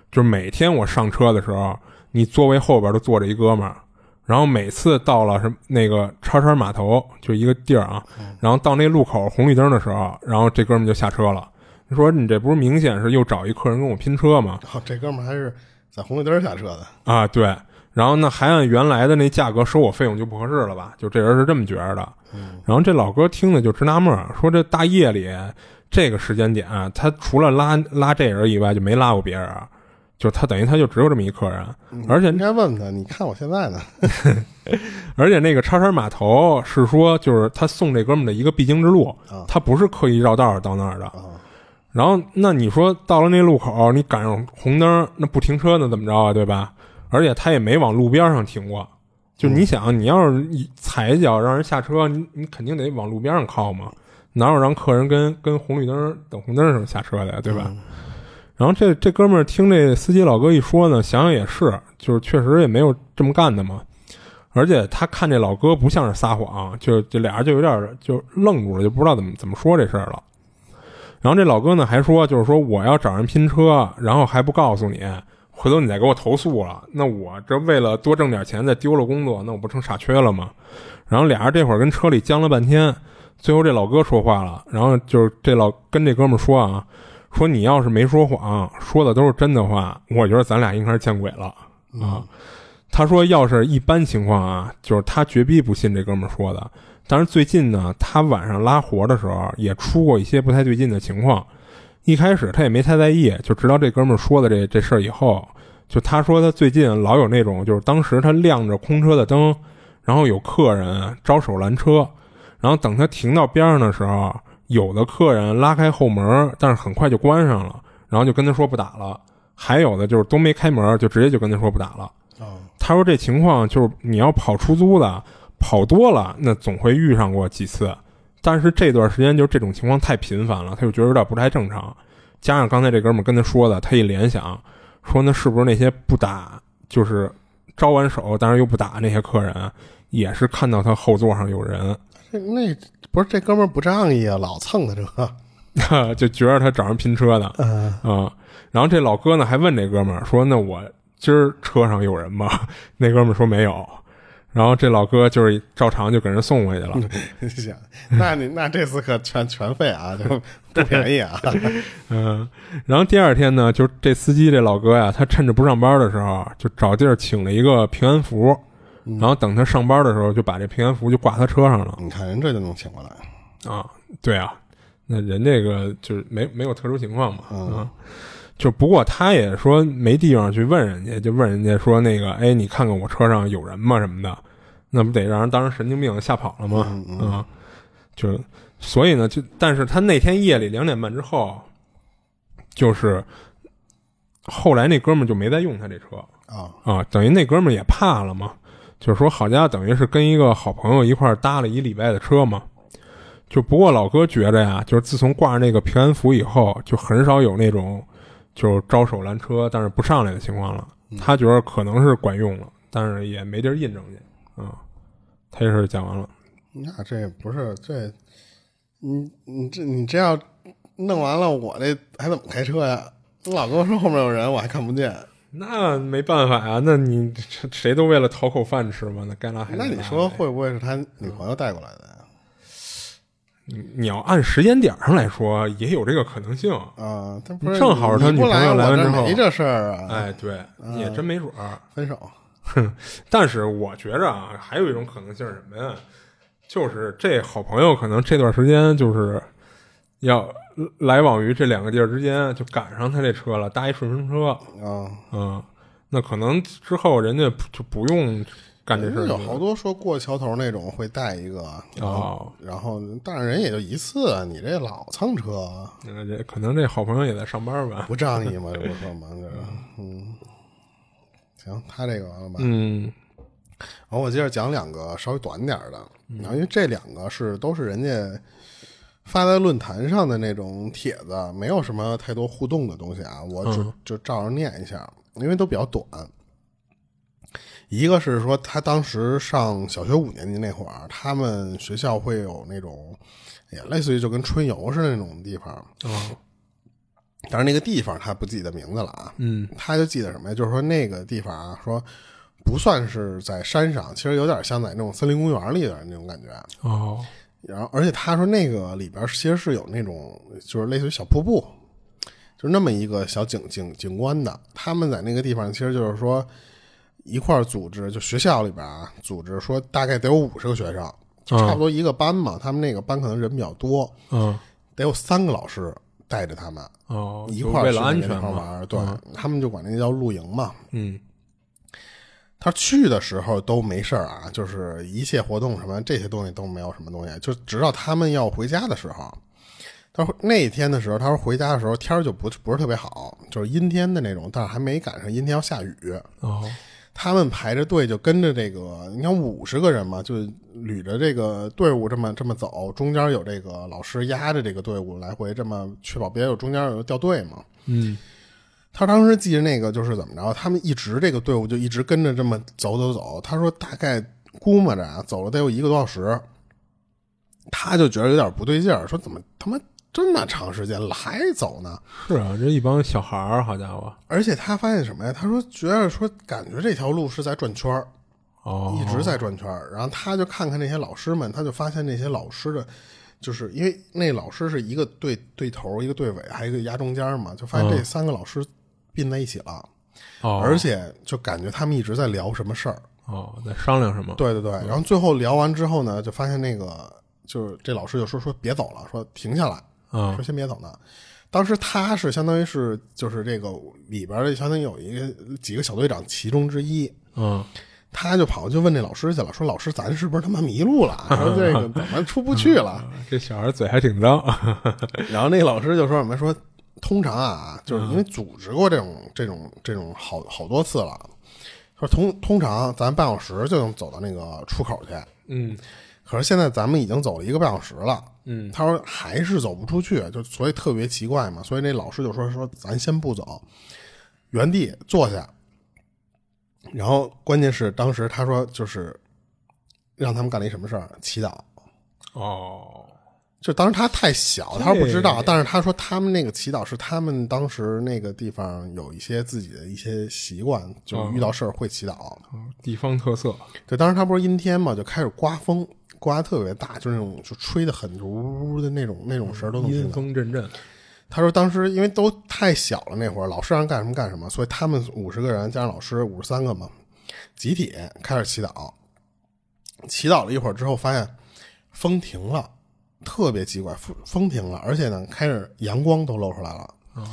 就是每天我上车的时候，你座位后边都坐着一哥们儿。”然后每次到了什么那个叉叉码头，就一个地儿啊，然后到那路口红绿灯的时候，然后这哥们就下车了。你说你这不是明显是又找一客人跟我拼车吗？
哦这哥们儿还是在红绿灯下车的，
啊，对。然后呢，还按原来的那价格收我费用就不合适了吧？就这人是这么觉着的。然后这老哥听了就直纳闷儿，说这大夜里这个时间点、啊他除了拉拉这人以外就没拉过别人，啊就他等于他就只有这么一客人，啊而且
嗯应该问他，你看我现在呢？
而且那个叉叉码头是说，就是他送这哥们的一个必经之路
啊，
他不是刻意绕道儿到那儿的
啊。
然后，那你说到了那路口，你赶上红灯，那不停车那怎么着啊？对吧？而且他也没往路边上停过。就
嗯
你想，你要是一踩一脚让人下车，你你肯定得往路边上靠嘛，哪有让客人跟跟红绿灯等红灯的时候下车的呀？对吧？然后这这哥们儿听这司机老哥一说呢，想想也是，就是确实也没有这么干的嘛。而且他看这老哥不像是撒谎，就这俩人就有点儿就愣住了，就不知道怎么怎么说这事儿了。然后这老哥呢还说，就是说我要找人拼车，然后还不告诉你，回头你再给我投诉了，那我这为了多挣点钱再丢了工作，那我不成傻缺了吗？然后俩人这会儿跟车里僵了半天，最后这老哥说话了，然后就是这老跟这哥们儿说啊，说你要是没说谎，说的都是真的话，我觉得咱俩应该是见鬼了啊。
嗯
他说，要是一般情况啊，就是他绝逼不信这哥们儿说的。但是最近呢，他晚上拉活的时候也出过一些不太对劲的情况。一开始他也没太在意，就直到这哥们儿说的这这事儿以后，就他说他最近老有那种，就是当时他亮着空车的灯，然后有客人招手拦车，然后等他停到边上的时候，有的客人拉开后门，但是很快就关上了，然后就跟他说不打了；还有的就是都没开门，就直接就跟他说不打了。
啊，
他说这情况就是你要跑出租的，跑多了那总会遇上过几次，但是这段时间就是这种情况太频繁了，他就觉得有点不太正常。加上刚才这哥们儿跟他说的，他一联想，说那是不是那些不打就是招完手，但是又不打那些客人， *laughs* 也是看到他后座上有人，
这那不是这哥们儿不仗义啊，老蹭他这，
就觉得他找人拼车的啊、
嗯，
然后这老哥呢还问这哥们儿说：“那我今儿车上有人吗？”那哥们儿说没有。然后这老哥就是照常就给人送回去了。
想， *laughs* 那你那这次可全全费啊，就不便宜啊，
嗯，然后第二天呢，就是这司机这老哥呀，他趁着不上班的时候，就找地儿请了一个平安符，然后等他上班的时候，就把这平安符就挂他车上
*laughs*
了
你看人这就能请过来，
啊。对啊，那人这个就是没没有特殊情况嘛，
嗯
啊，就不过他也说没地方去问人家，就问人家说那个，哎，你看看我车上
嗯
有人吗什么的，那不得让人当成神经病吓跑了吗？啊，就所以呢，就但是他那天夜里两点半之后，就是后来那哥们儿就没再用他这车
啊
啊，等于那哥们儿也怕了嘛，就是说好家伙，等于是跟一个好朋友一块儿搭了一礼拜的车嘛。就不过老哥觉着呀，就是自从挂上那个平安符以后，就很少有那种就是招手拦车但是不上来的情况了。
嗯
他觉得可能是管用了，但是也没地儿印证去啊、他这事儿讲完了。
那这不是这，你你这你这要弄完了，我这还怎么开车呀？你老跟我说后面有人，我还看不见。
那没办法呀、那你这谁都为了讨口饭吃嘛，那该拉还得
那
拉
你说会不会是他女朋友带过来的呀？
你你要按时间点儿上来说，也有这个可能性。
啊，他不是
正好是他
你不
女朋
来，
友来
我
完
这
之后
没这事儿啊。嗯
哎，对，也真没准儿。
分手
但是我觉着啊，还有一种可能性是什么呀？就是这好朋友可能这段时间就是要来往于这两个地儿之间，就赶上他这车了，搭一顺风车。
啊，
嗯，那可能之后人家不就不用干这
人
事
家有
儿了
呃好多说过桥头那种会带一个，
哦，
然后但是人也就一次啊，你这老蹭车
那这可能这好朋友也在上班吧？
不仗义吗？这不说吗？这是嗯，行，他这个完了吧？
嗯
然后我接着讲两个稍微短点儿的，然后因为这两个是都是人家发在论坛上的那种帖子，没有什么太多互动的东西啊，我只就照着念一下，因为都比较短。一个是说他当时上小学五年级那会儿，他们学校会有那种也类似于就跟春游似的那种地方，
哦
但是那个地方他不记得名字了啊，
嗯
他就记得什么呀？就是说那个地方啊，说不算是在山上，其实有点像在那种森林公园里的那种感觉。
哦
然后，而且他说那个里边其实是有那种就是类似于小瀑布，就是那么一个小景景景观的。他们在那个地方其实就是说一块儿组织，就学校里边啊组织说大概得有五十个学生，就差不多一个班嘛。他们那个班可能人比较多，
嗯
得有三个老师带着他们
哦，
一
就
块儿
为
去
了
那
安
个
全
地方玩
嘛，
儿。对、他们就管那叫露营嘛。
嗯
他去的时候都没事儿啊，就是一切活动什么这些东西都没有什么东西，就直到他们要回家的时候，他说那天的时候，他说回家的时候天儿就不不是特别好，就是阴天的那种，但是还没赶上阴天要下雨。
哦
他们排着队就跟着这个，你看五十个人嘛，就捋着这个队伍这么这么走，中间有这个老师压着这个队伍来回这么确保别有中间有掉队嘛。
嗯
他当时记着那个就是怎么着，他们一直这个队伍就一直跟着这么走走走。他说大概估摸着啊，走了得有一个多小时，他就觉得有点不对劲儿，说怎么他妈这么长时间了还走呢？
是啊，这一帮小孩儿，好家伙，
而且他发现什么呀？他说觉得说感觉这条路是在转圈儿，
哦
一直在转圈儿。然后他就看看那些老师们，他就发现那些老师的，就是因为那老师是一个队队头，一个队尾，还有一个压中间儿嘛，就发现这三个老师并在一起了。
嗯哦
而且就感觉他们一直在聊什么事儿。
哦嗯在商量什么？
对对对，然后最后聊完之后呢，就发现那个就是这老师就说说别走了，说停下来，
啊
说先别走呢。当时他是相当于是就是这个里边的相当于有一个几个小队长其中之一，
嗯
他就跑去问那老师去了，说老师咱是不是他妈迷路了？ *laughs* 说这个怎么出不去了？
啊，这小孩儿嘴还挺脏，啊
然后那老师就说什么说，通常啊，就是因为组织过这种这种这种好好多次了，说通通常咱半小时就能走到那个出口去，
*laughs* 嗯
可是现在咱们已经走了一个半小时了，
嗯，
他说还是走不出去，就所以特别奇怪嘛，所以那老师就说说咱先不走，原地坐下。然后关键是当时他说就是让他们干了一什么事儿，祈祷。
哦
就当时他太小，
对
他说不知道，但是他说他们那个祈祷是他们当时那个地方有一些自己的一些习惯，就
嗯
遇到事儿会祈祷。
哦地方特色，
对，当时他不是阴天嘛，就开始刮风，刮得特别大，就是那种就吹的很就呜呜的那种那种声儿都能听
阴
到。
风阵阵，
他说当时因为都太小了那会儿，老师让干什么干什么，所以他们五十个人加上老师五十三个嘛，集体开始祈祷。祈祷了一会儿之后，发现风停了，特别奇怪，风风停了，而且呢，开始阳光都露出来了。
哦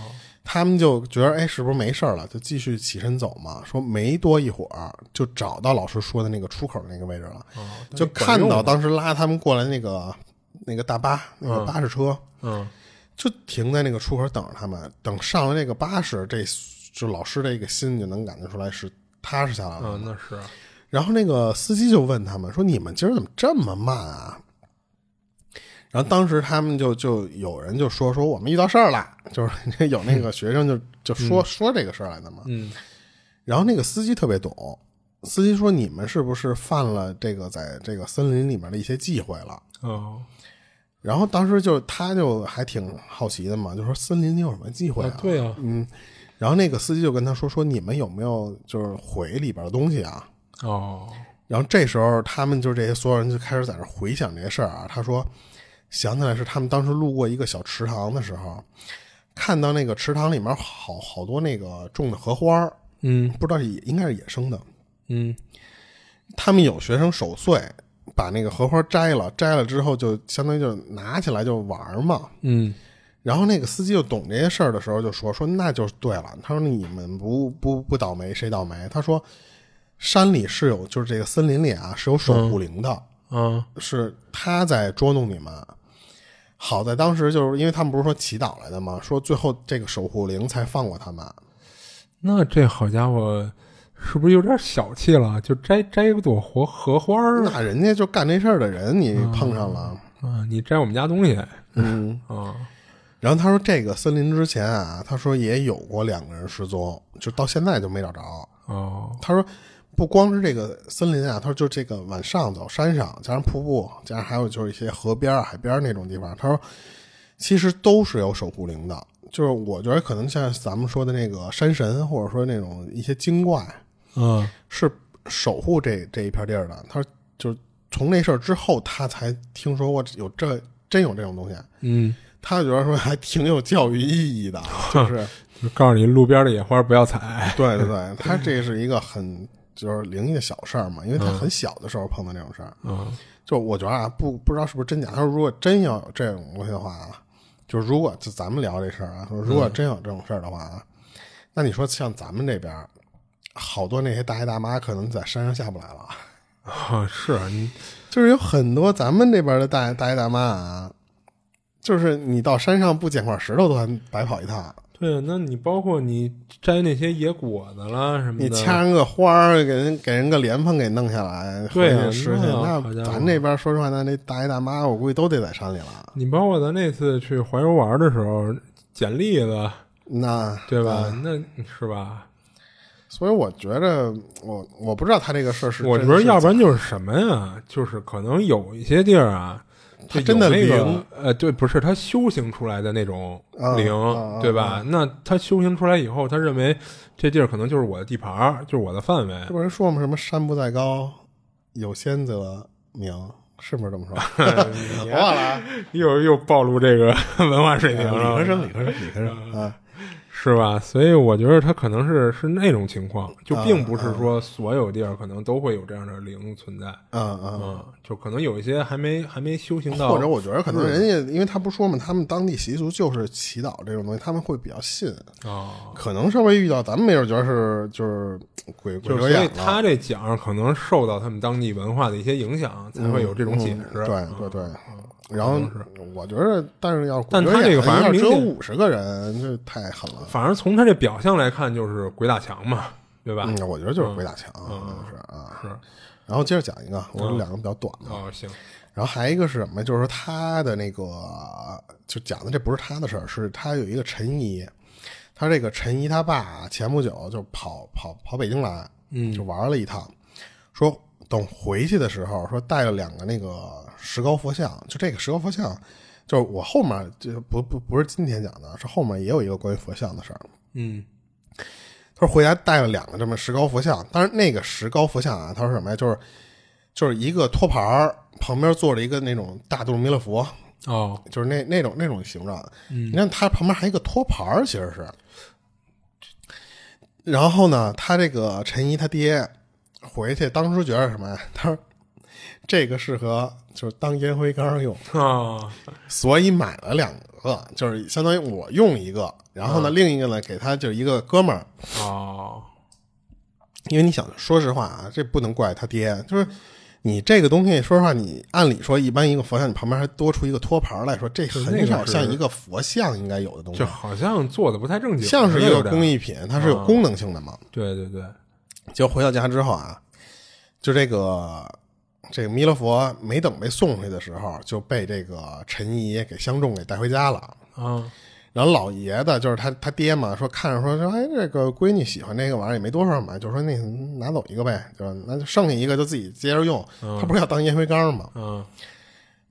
他们就觉得哎，是不是没事儿了？就继续起身走嘛。说没多一会儿，就找到老师说的那个出口那个位置了，
哦
就看到当时拉他们过来那个那个大巴，那个巴士车，
嗯
就停在那个出口等着他们。等上了那个巴士，这就老师这个心就能感觉出来是踏实下来了。
嗯，那是
然后那个司机就问他们说：“你们今儿怎么这么慢啊？”然后当时他们就就有人就说说我们遇到事儿了，就是有那个学生就就说、说这个事儿来的嘛。
嗯
然后那个司机特别懂，司机说：“你们是不是犯了这个在这个森林里面的一些忌讳了？”
哦，
然后当时就他就还挺好奇的嘛，就说森林里有什么忌讳
啊
啊？
对啊，
嗯，然后那个司机就跟他说说你们有没有就是毁里边的东西啊？
哦，
然后这时候他们就这些所有人就开始在那回想这些事儿啊。他说想起来是他们当时路过一个小池塘的时候，看到那个池塘里面好好多那个种的荷花儿，
嗯
不知道是野应该是野生的。
嗯
他们有学生守岁，把那个荷花摘了，摘了之后就相当于就拿起来就玩儿嘛。
嗯
然后那个司机就懂这些事儿的时候，就说说那就是对了。他说你们不不不倒霉谁倒霉？他说山里是有，就是这个森林里啊是有守护灵的，
啊
是他在捉弄你们。好在当时就是因为他们不是说祈祷来的吗？说最后这个守护灵才放过他们。
那这好家伙，是不是有点小气了？就摘摘一朵荷荷花儿
那人家就干这事儿的人，你碰上了，
啊？你摘我们家东西
嗯。
啊？
然后他说，这个森林之前啊，他说也有过两个人失踪，就到现在就没找着。
哦，
他说不光是这个森林啊，他说就这个往上走，山上加上瀑布，加上还有就是一些河边儿、海边儿那种地方，他说其实都是有守护灵的。就是我觉得可能像咱们说的那个山神，或者说那种一些精怪，
嗯
是守护这这一片地儿的。他说就是从那事儿之后，他才听说过有这真有这种东西。
嗯，
他觉得说还挺有教育意义的，就是
就告诉你路边的野花不要
*laughs*
采。
对对对，他这是一个很就是灵异的小事儿嘛，因为他很小的时候碰到这种事儿，
嗯
就我觉得啊，不不知道是不是真假。他说如果真要有这种东西的话啊，就是如果就咱们聊这事儿啊，说如果真有这种事儿的话啊，那你说像咱们这边儿，好多那些大爷大妈可能在山上下不来了，
啊， *laughs* 是你
就是有很多咱们这边的大爷大爷大妈啊。就是你到山上不捡块石头都还白跑一趟，
对，啊那你包括你摘那些野果子啦什么的，
你掐人个花儿，给人给人个莲蓬给弄下来，
对啊
回去吃去。
那好
那
家伙
咱这边说实话，那那大爷大妈，我估计都得在山里了。
你包括咱那次去怀柔玩的时候捡栗子，
那
对吧？
嗯
那是吧？
所以我觉着，我我不知道他这个事儿是真，
我觉得要不
然
然就是什么呀？就是可能有一些地儿啊，
它
就
真
有
的
那
灵
个呃，对，不是它修行出来的那种
啊
灵，
啊
对吧？那他修行出来以后，他认为这地儿可能就是我的地盘儿，就是我的范围。
这不是说我们什么山不在高，有仙则名，是不是这
*laughs*
么说？我忘了啊，
又又暴露这个 *laughs* 文化水
理
平了，
啊科生，理科生，理科生啊，
是吧？所以我觉得他可能是是那种情况，就
啊
并不是说所有地儿可能都会有这样的灵存在。
嗯嗯。
嗯，就可能有一些还没还没修行到，
或者我觉得可能人家，因为他不说嘛，他们当地习俗就是祈祷这种东西，他们会比较信。
哦，
可能稍微遇到，咱们没准觉得是就是鬼鬼
就
遮
是所以
眼了，
他这奖可能受到他们当地文化的一些影响，才会有这种解释。
嗯对对对。然后我觉得，但是要是
嗯但
鬼
他
遮眼
这个反而
要只有
明显
五十个人，这太狠了。
反而从他这表象来看，就是鬼打墙嘛，对吧？嗯
嗯，我觉得就是鬼打墙，就是啊。
是嗯
然后接着讲一个，我这两个比较短嘛。
哦，行，
然后还一个是什么？就是说他的那个，就讲的这不是他的事儿，是他有一个陈姨，他这个陈姨他爸前不久就跑跑跑北京来，
嗯
就玩了一趟，说等回去的时候，说带了两个那个石膏佛像，就这个石膏佛像，就是我后面就不不不是今天讲的，是后面也有一个关于佛像的事儿。
嗯
他说回家带了两个这么石膏佛像，但是那个石膏佛像啊，他说什么呀？就是就是一个托盘儿，旁边坐着一个那种大肚弥勒佛，
哦，
就是那那种那种形状。你看它旁边还有一个托盘儿，其实是。然后呢，他这个陈怡他爹回去当时觉得什么呀？他说这个适合就是当烟灰缸用，
哦，
所以买了两个，就是相当于我用一个，然后呢、另一个呢给他就是一个哥们儿。
哦，
因为你想，说实话啊，这不能怪他爹，就是你这个东西，说实话，你按理说一般一个佛像，你旁边还多出一个托盘来说，这
是那
很
个
少
是
像一个佛像应该有的东西
就，好像做的不太正经，
像是一个
有点
工。艺品，它是有
啊
功能性的嘛。
对对对，
结果回到家之后啊，就这个这个弥勒佛没等被送回去的时候，就被这个陈姨给相中给带回家了。
啊，
然后老爷子就是他他爹嘛，说看着说说，哎，这个闺女喜欢这个玩意儿也没多少嘛，就说那拿走一个呗，就那就剩下一个就自己接着用。他不是要当烟灰缸嘛？
嗯，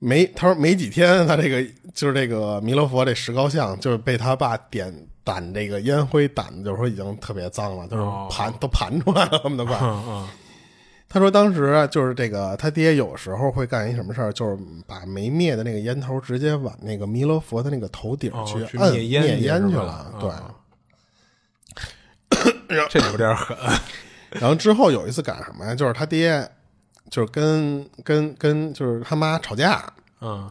没，他说没几天，他这个就是这个弥勒佛这石膏像，就是被他爸点掸这个烟灰掸的，就是说已经特别脏了，就是
哦
盘、都盘出来了，恨
*laughs*
不得快。
嗯嗯，
他说当时啊就是这个他爹有时候会干一什么事儿，就是把没灭的那个烟头直接往那个弥勒佛的那个头顶
哦去
摁、
灭烟
烟
去是
去
吧
了，
啊
对。哎
这有点狠。
然后之后有一次赶上什么呀？就是他爹，就是跟跟跟，就是他妈吵架，
嗯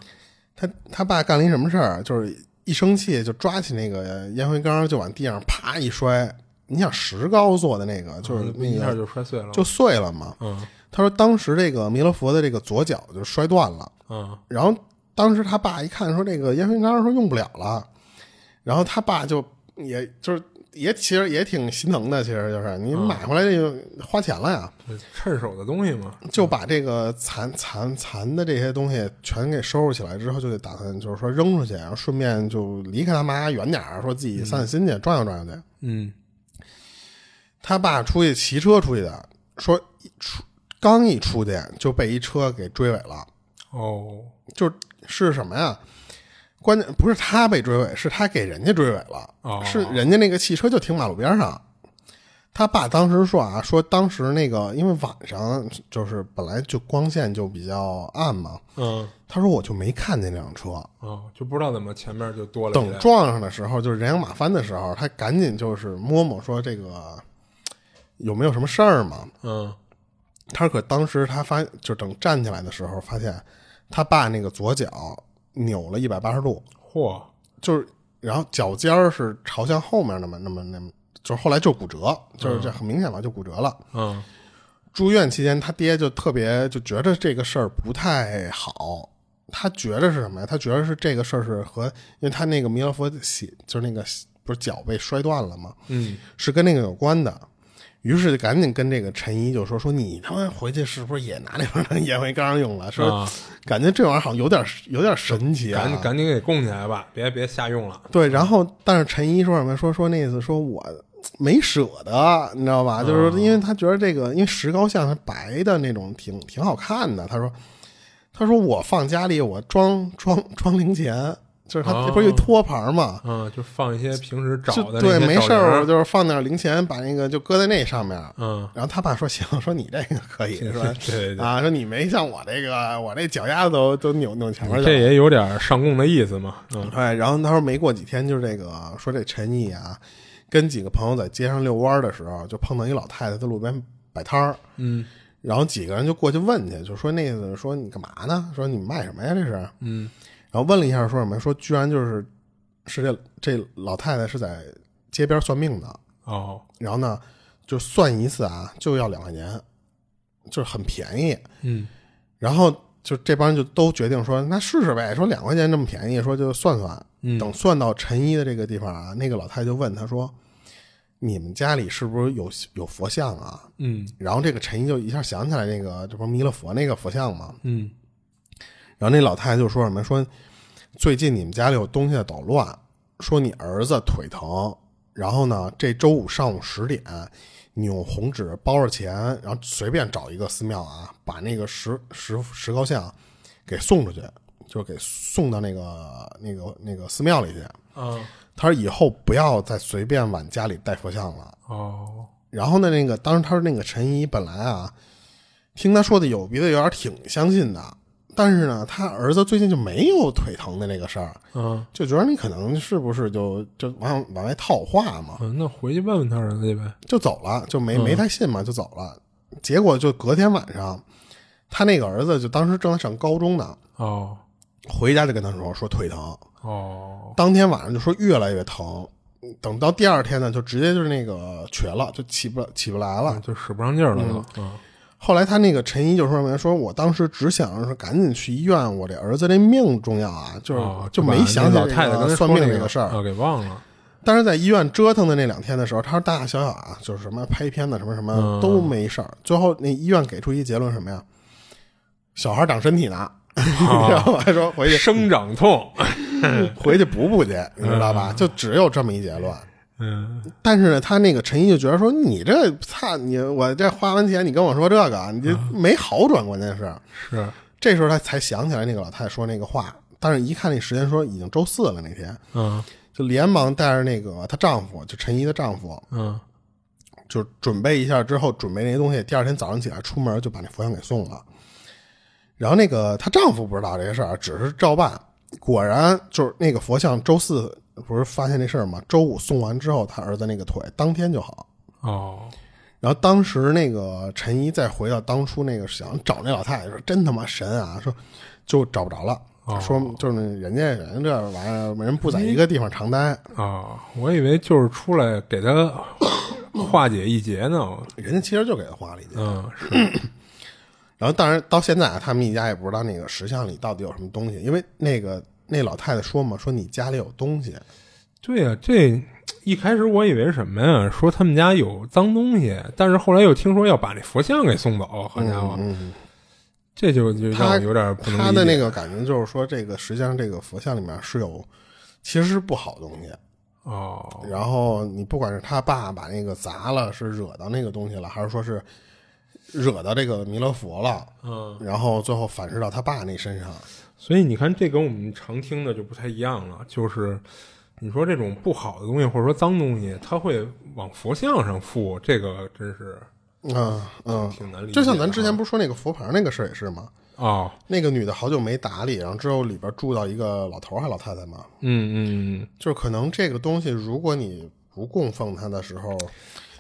他他爸干了一什么事儿？啊就是一生气就抓起那个烟灰缸就往地上啪一摔。你想石膏做的那个，就是那
嗯一下
个
就摔碎了。
就碎了嘛。
嗯
他说当时这个弥勒佛的这个左脚就摔断了，
嗯
然后当时他爸一看说这个烟灰缸说用不了了，然后他爸就也就是也其实也挺心疼的，其实就是你
嗯
买回来这个花钱了呀。
趁手的东西嘛。
就把这个残残残的这些东西全给收拾起来之后，就得打算就是说扔出去，然后顺便就离开他妈远点儿，说自己散散心去，转悠转悠去。
嗯
他爸出去骑车出去的，说一出刚一出去就被一车给追尾了，
哦
就是什么呀？关键不是他被追尾，是他给人家追尾了，
哦
是人家那个汽车就停马路边上。他爸当时说啊，说当时那个因为晚上就是本来就光线就比较暗嘛，
嗯
他说我就没看见这辆车，
哦，就不知道怎么前面就多了一
等
辆。
撞上的时候，就是人仰马翻的时候，他赶紧就是摸摸说这个有没有什么事儿嘛。
嗯
他可当时他发就等站起来的时候，发现他爸那个左脚扭了一百八十度，
嚯
就是然后脚尖儿是朝向后面那么那么那么，就是后来就骨折，就是这很明显嘛，就骨折了。
嗯
住院期间，他爹就特别就觉得这个事儿不太好。他觉得是什么呀？他觉得是这个事儿是和，因为他那个弥勒佛血就是那个不是脚被摔断了吗？
嗯
是跟那个有关的。于是就赶紧跟这个陈一就说说你他妈回去是不是也拿那玩意儿烟灰缸用了？说
啊，
感觉这玩意儿好像有点有点神奇啊！
赶紧赶紧给供起来吧，别别瞎用了。
对，然后但是陈一说什么？说说那意思，说我没舍得，你知道
嗯
吧？就是说因为他觉得这个，因为石膏像是白的那种，挺挺好看的。他说，他说我放家里，我装装装零钱，就是他、
哦
不是有一托盘嘛，
嗯，就放一些平时找
就
的
对，
那些
没
找
事
人
儿
儿
我就是放点零钱，把那个就搁在那上面。
嗯，
然后他爸说行，说你这个
*laughs*
可以，是吧？
对对对，
啊，说你没像我这个，我这脚丫子都都扭扭前面去了。
这也有点上供的意思嘛。嗯
哎，然后他说没过几天，就是这个说这陈毅啊，跟几个朋友在街上遛弯儿的时候，就碰到一老太太在路边摆摊儿，
嗯
然后几个人就过去问去，就说那个说你干嘛呢？说你卖什么呀？这是，
嗯
然后问了一下说什么？说居然就是是这这老太太是在街边算命的，
哦
然后呢就算一次啊就要两块钱，就是很便宜，
嗯
然后就这帮人就都决定说，那试试呗，说两块钱这么便宜，说就算算。
嗯
等算到陈一的这个地方啊，那个老太太就问他说：“你们家里是不是有有佛像啊
嗯？”
然后这个陈一就一下想起来那个，这不是弥勒佛那个佛像吗？
嗯
然后那老太太就说什么说，最近你们家里有东西在捣乱，说你儿子腿疼，然后呢，这周五上午十点，你用红纸包着钱，然后随便找一个寺庙啊，把那个石石石膏像给送出去，就是给送到那个那个那个寺庙里去。
啊
他说以后不要再随便往家里带佛像了。
哦
然后呢，那个当时他说那个陈怡本来啊，听他说的有鼻子有眼儿挺相信的，但是呢，他儿子最近就没有腿疼的那个事儿，
嗯
就觉得你可能是不是就就往往外套话嘛，
嗯，那回去问问他儿子去呗。
就走了，就没没太信嘛，就走了。结果就隔天晚上，他那个儿子就当时正在上高中呢，
哦
回家就跟他说说腿疼，
哦
当天晚上就说越来越疼，等到第二天呢，就直接就是那个瘸了，就起不起不来了。
就使不上劲儿了都。嗯
后来他那个陈一就说什么呀说我当时只想是赶紧去医院，我这儿子这命重要啊，就是、
哦
就
把
没
那
想起
老
这
太太
个
刚才
算
说
命
那
这个事儿。
啊，给忘
*laughs*
了。
但是在医院折腾的那两天的时候，他说大大小小啊，就是什么拍片子什么什么
嗯
都没事儿。最后那医院给出一结论什么呀？小孩长身体呢，*laughs*
哦
然后还说回去
啊生长痛，
回去补补去，你知道吧？就只有这么一结论。
嗯，
但是呢，他那个陈毅就觉得说，你这操你，我这花完钱，你跟我说这个，你这
嗯
没好转，关键是。
是，
这时候他才想起来那个老太太说那个话，但是一看那时间说已经周四了那天，
嗯
就连忙带着那个她丈夫，就陈一的丈夫，
嗯，
就准备一下之后准备那些东西，第二天早上起来出门就把那佛像给送了。然后那个她丈夫不知道这个事儿，只是照办。果然就是那个佛像，周四不是发现这事儿吗？周五送完之后，他儿子那个腿当天就好。
哦，
然后当时那个陈一再回到当初那个想找那老太太说，真他妈神啊！说就找不着了，
哦
说就是人家人家这玩意儿人不在一个地方常待，
啊，我以为就是出来给他化解一劫呢。
人家其实就给他花了一件。
嗯，是，
然后当然到现在啊，他们一家也不知道那个石像里到底有什么东西，因为那个那老太太说嘛，说你家里有东西，
对呀、这一开始我以为是什么呀？说他们家有脏东西，但是后来又听说要把那佛像给送走，好家伙，这就就
嗯
让
他
我有点不能
她
理
的
解。
那个感觉就是说，这个实际上这个佛像里面是有其实是不好东西。
哦，
然后你不管是他爸把那个砸了，是惹到那个东西了，还是说是惹到这个弥勒佛了，
嗯，
然后最后反噬到他爸那身上，
所以你看，这跟我们常听的就不太一样了，就是。你说这种不好的东西，或者说脏东西，它会往佛像上附，这个真是
嗯嗯，
挺难理解的
就
啊。
像咱之前不是说那个佛牌那个事儿也是吗？
哦，
那个女的好久没打理，然后之后里边住到一个老头儿还老太太嘛，
嗯嗯，
就是可能这个东西，如果你不供奉它的时候，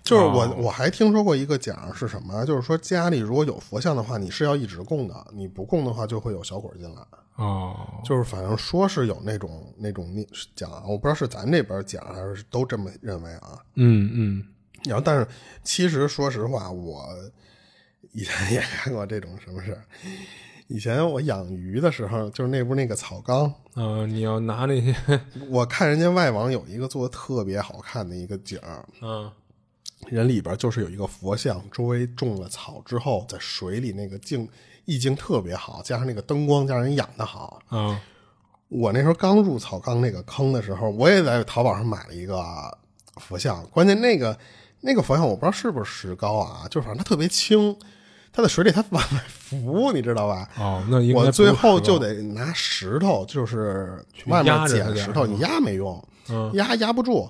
就是我、我还听说过一个讲是什么啊，就是说家里如果有佛像的话，你是要一直供的，你不供的话就会有小鬼进来。
哦，
就是反正说是有那种那种念讲，我不知道是咱这边讲还是都这么认为啊。
嗯嗯，
然后，但是其实说实话，我以前也干过这种什么事儿。以前我养鱼的时候，就是那不是那个草缸，
呃，你要拿那些，
我看人家外网有一个做的特别好看的一个景儿，
嗯
人里边就是有一个佛像，周围种了草之后，在水里那个镜意境特别好，加上那个灯光，加上人养的好。
啊
我那时候刚入草缸那个坑的时候，我也在淘宝上买了一个佛像，关键那个那个佛像我不知道是不是石膏啊，就是反正它特别轻，它在水里它往外浮，你知道吧？
哦，那应该
我
不
最
是
后
石
就
头
得拿石头，就是
去
外面
压着它
捡
点儿
石头，
是吧
你压没用，
嗯
压压不住，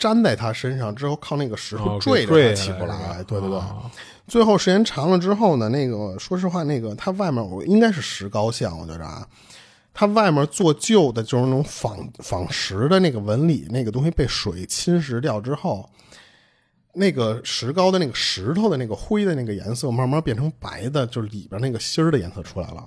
粘在它身上之后靠那个石
哦
头
给
坠着
坠
它起
下来
不
是吧
来，对对对。
哦
最后时间长了之后呢，那个说实话，那个它外面我应该是石膏像，我觉着啊，它外面做旧的就是那种仿仿石的那个纹理，那个东西被水侵蚀掉之后，那个石膏的那个石头的那个灰的那个颜色慢慢变成白的，就是里边那个芯儿的颜色出来了。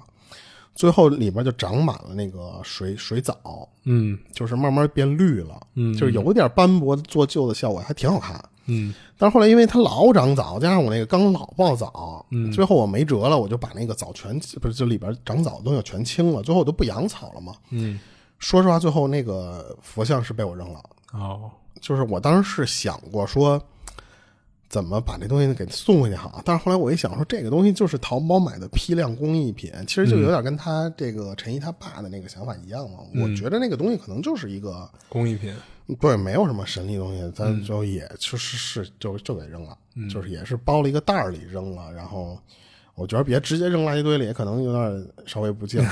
最后里面就长满了那个水水藻，
嗯
就是慢慢变绿了，
嗯
就是有点斑驳做旧的效果，还挺好看。
嗯
但是后来因为它老长枣，加上我那个缸老爆枣，最后我没辙了，我就把那个枣全不是就里边长枣的东西全清了，最后我都不养草了嘛。
嗯，
说实话，最后那个佛像是被我扔了，
哦
就是我当时是想过说。怎么把这东西给送回去好？但是后来我一想，说这个东西就是淘宝买的批量工艺品，其实就有点跟他这个陈毅他爸的那个想法一样嘛。我觉得那个东西可能就是一个
工艺品，
对，没有什么神秘东西，咱就也就是是就就给扔了，
嗯
就是也是包了一个袋儿里扔了，然后我觉得别直接扔垃圾堆里，可能有点稍微不
*laughs*
敬。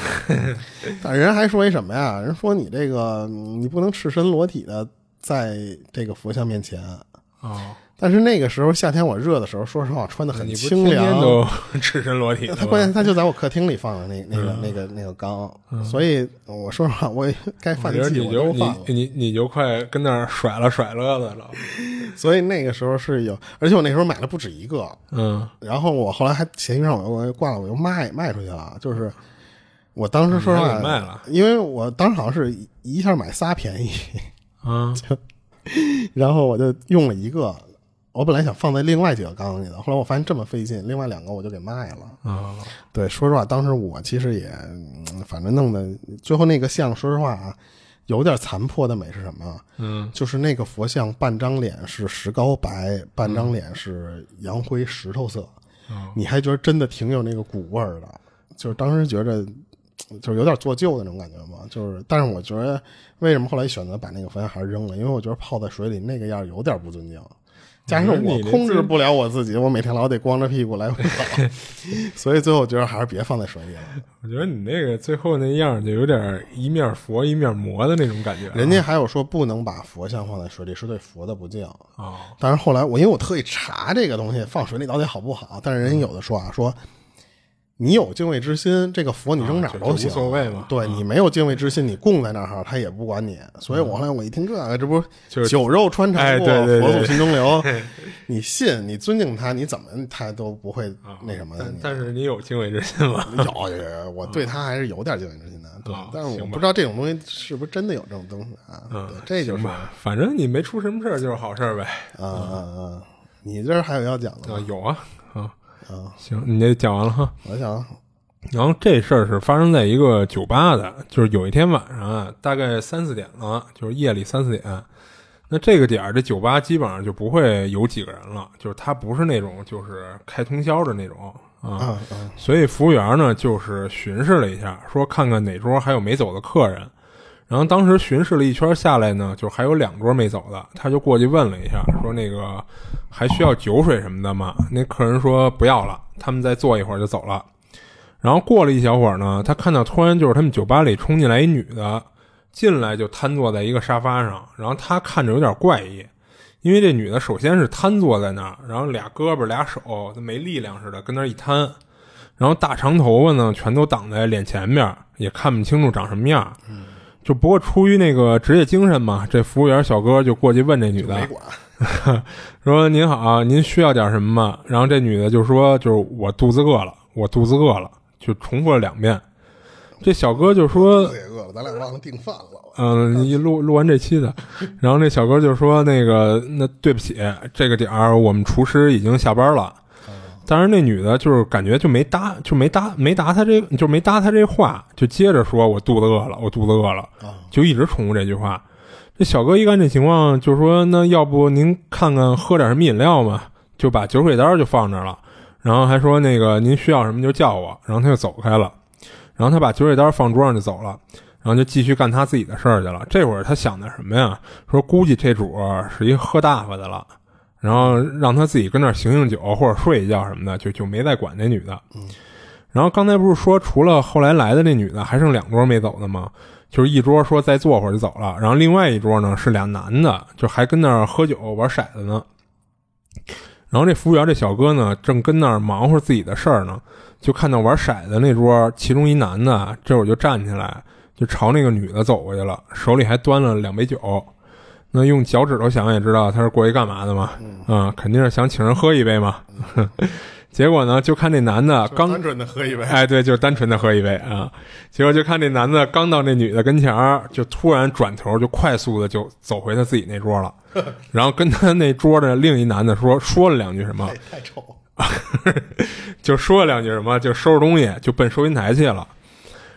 但人还说一哎什么呀？人说你这个嗯你不能赤身裸体的在这个佛像面前。
哦，
但是那个时候夏天我热的时候，说实话我穿的
那
很
你不
清
天天
凉，
*laughs* 都赤身裸体的
他
吗
关？键他就在我客厅里放的那那个那个那个缸，所以我说实话，我也该
嗯我
犯
觉得
忌
你
我
就
都犯了。
你你你就快跟那儿甩了甩了的了，
所以那个时候是有，而且我那时候买了不止一个，
嗯，
然后我后来还闲鱼上我又我又挂了，我又卖卖出去了，就是我当时说实
你还
话
给卖了，
因为我当时好像是一 *laughs* 一下买仨便宜，
*laughs* 啊
然后我就用了一个，我本来想放在另外几个缸里的，后来我发现这么费劲，另外两个我就给卖了。
啊，
对，说实话，当时我其实也，嗯反正弄的最后那个像，说实话啊，有点残破的美是什么？
嗯
就是那个佛像半张脸是石膏白，半
嗯
张脸是洋灰石头色，
啊
你还觉得真的挺有那个古味儿的，就是当时觉着。就是有点做旧的那种感觉嘛，就是，但是我觉得为什么后来选择把那个佛像还是扔了，因为我觉得泡在水里那个样儿有点不尊敬，加上我
你这
控制不了我自己，我每天老得光着屁股来回跑，
*laughs*
所以最后我觉得还是别放在水里了。
我觉得你那个最后那样就有点一面佛一面魔的那种感觉啊。
人家还有说不能把佛像放在水里，是对佛的不敬。
啊，
但是后来我因为我特意查这个东西放水里到底好不好，但是人
嗯
有的说啊，说你有敬畏之心，这个佛你扔哪儿
啊
都
就就
行，
无所谓嘛嗯
对你没有敬畏之心，你供在那儿他也不管你。所以我后来我一听这个，这不
就是
酒肉穿肠
哎
过，
对对对
佛祖心中留。 *laughs* 你信，你尊敬他，你怎么他都不会那什么的。
啊但
你
但是你有敬畏之心
*laughs*
吗？
有有有，我对他还是有点敬畏之心的，对
啊，
但是我
行吧嗯
不知道这种东西是不是真的有这种东西啊？对，这就是
行吧反正你没出什么事儿就是好事儿呗。
啊啊啊！你这儿还有要讲的
啊
吗？，
有啊，啊，
啊，
行，你这讲完了哈。
我想
然后这事儿是发生在一个酒吧的，就是有一天晚上啊，大概三四点了，就是夜里三四点。那这个点儿，这酒吧基本上就不会有几个人了，就是它不是那种就是开通宵的那种啊。
啊啊
所以服务员呢就是巡视了一下，说看看哪桌还有没走的客人。然后当时巡视了一圈下来呢，就还有两桌没走的，他就过去问了一下，说那个还需要酒水什么的吗？那客人说不要了，他们再坐一会儿就走了。然后过了一小会儿呢，他看到突然就是他们酒吧里冲进来一女的，进来就瘫坐在一个沙发上，然后他看着有点怪异，因为这女的首先是瘫坐在那儿，然后俩胳膊俩手都没力量似的跟那儿一瘫，然后大长头发呢全都挡在脸前面儿，也看不清楚长什么样儿。就不过出于那个职业精神嘛，这服务员小哥就过去问这女的
没，管
说：“您好，您需要点什么吗？”然后这女的就说：“就是我肚子饿了，我肚子饿了。”就重复了两遍。这小哥就说
我也饿了，咱俩忘了订饭了。：“
嗯、你录录完这期的。”然后那小哥就说：“那个，那对不起，这个点儿我们厨师已经下班了。”当然，那女的就是感觉就没搭，就没搭，没搭他这，就没搭他这话，就接着说：“我肚子饿了，我肚子饿了。”
啊
就一直重复这句话。这小哥一看这情况，就说：“那要不您看看喝点什么饮料嘛？”就把酒水单就放那儿了，然后还说：“那个您需要什么就叫我。”然后他就走开了。然后他把酒水单放桌上就走了，然后就继续干他自己的事儿去了。这会儿他想的什么呀？说估计这主儿是一喝大发的了，然后让他自己跟那儿醒醒酒或者睡一觉什么的，就就没再管那女的。然后刚才不是说除了后来来的那女的，还剩两桌没走的吗？就是一桌说再坐会儿就走了，然后另外一桌呢是俩男的，就还跟那儿喝酒玩骰子呢。然后这服务员这小哥呢，正跟那儿忙活自己的事儿呢，就看到玩骰子那桌，其中一男的啊这会儿就站起来，就朝那个女的走过去了，手里还端了两杯酒。那用脚趾头想也知道他是过去干嘛的嘛，啊，肯定是想请人喝一杯嘛。 *laughs* 结果呢，就看那男的刚
单纯的喝一杯，
哎，对，就是单纯的喝一杯啊。结果就看这男的刚到那女的跟前儿，就突然转头，就快速的就走回他自己那桌了，然后跟他那桌的另一男的说说了两句什么
太，太臭。
*laughs* 就说了两句什么，就收拾东西就奔收银台去了。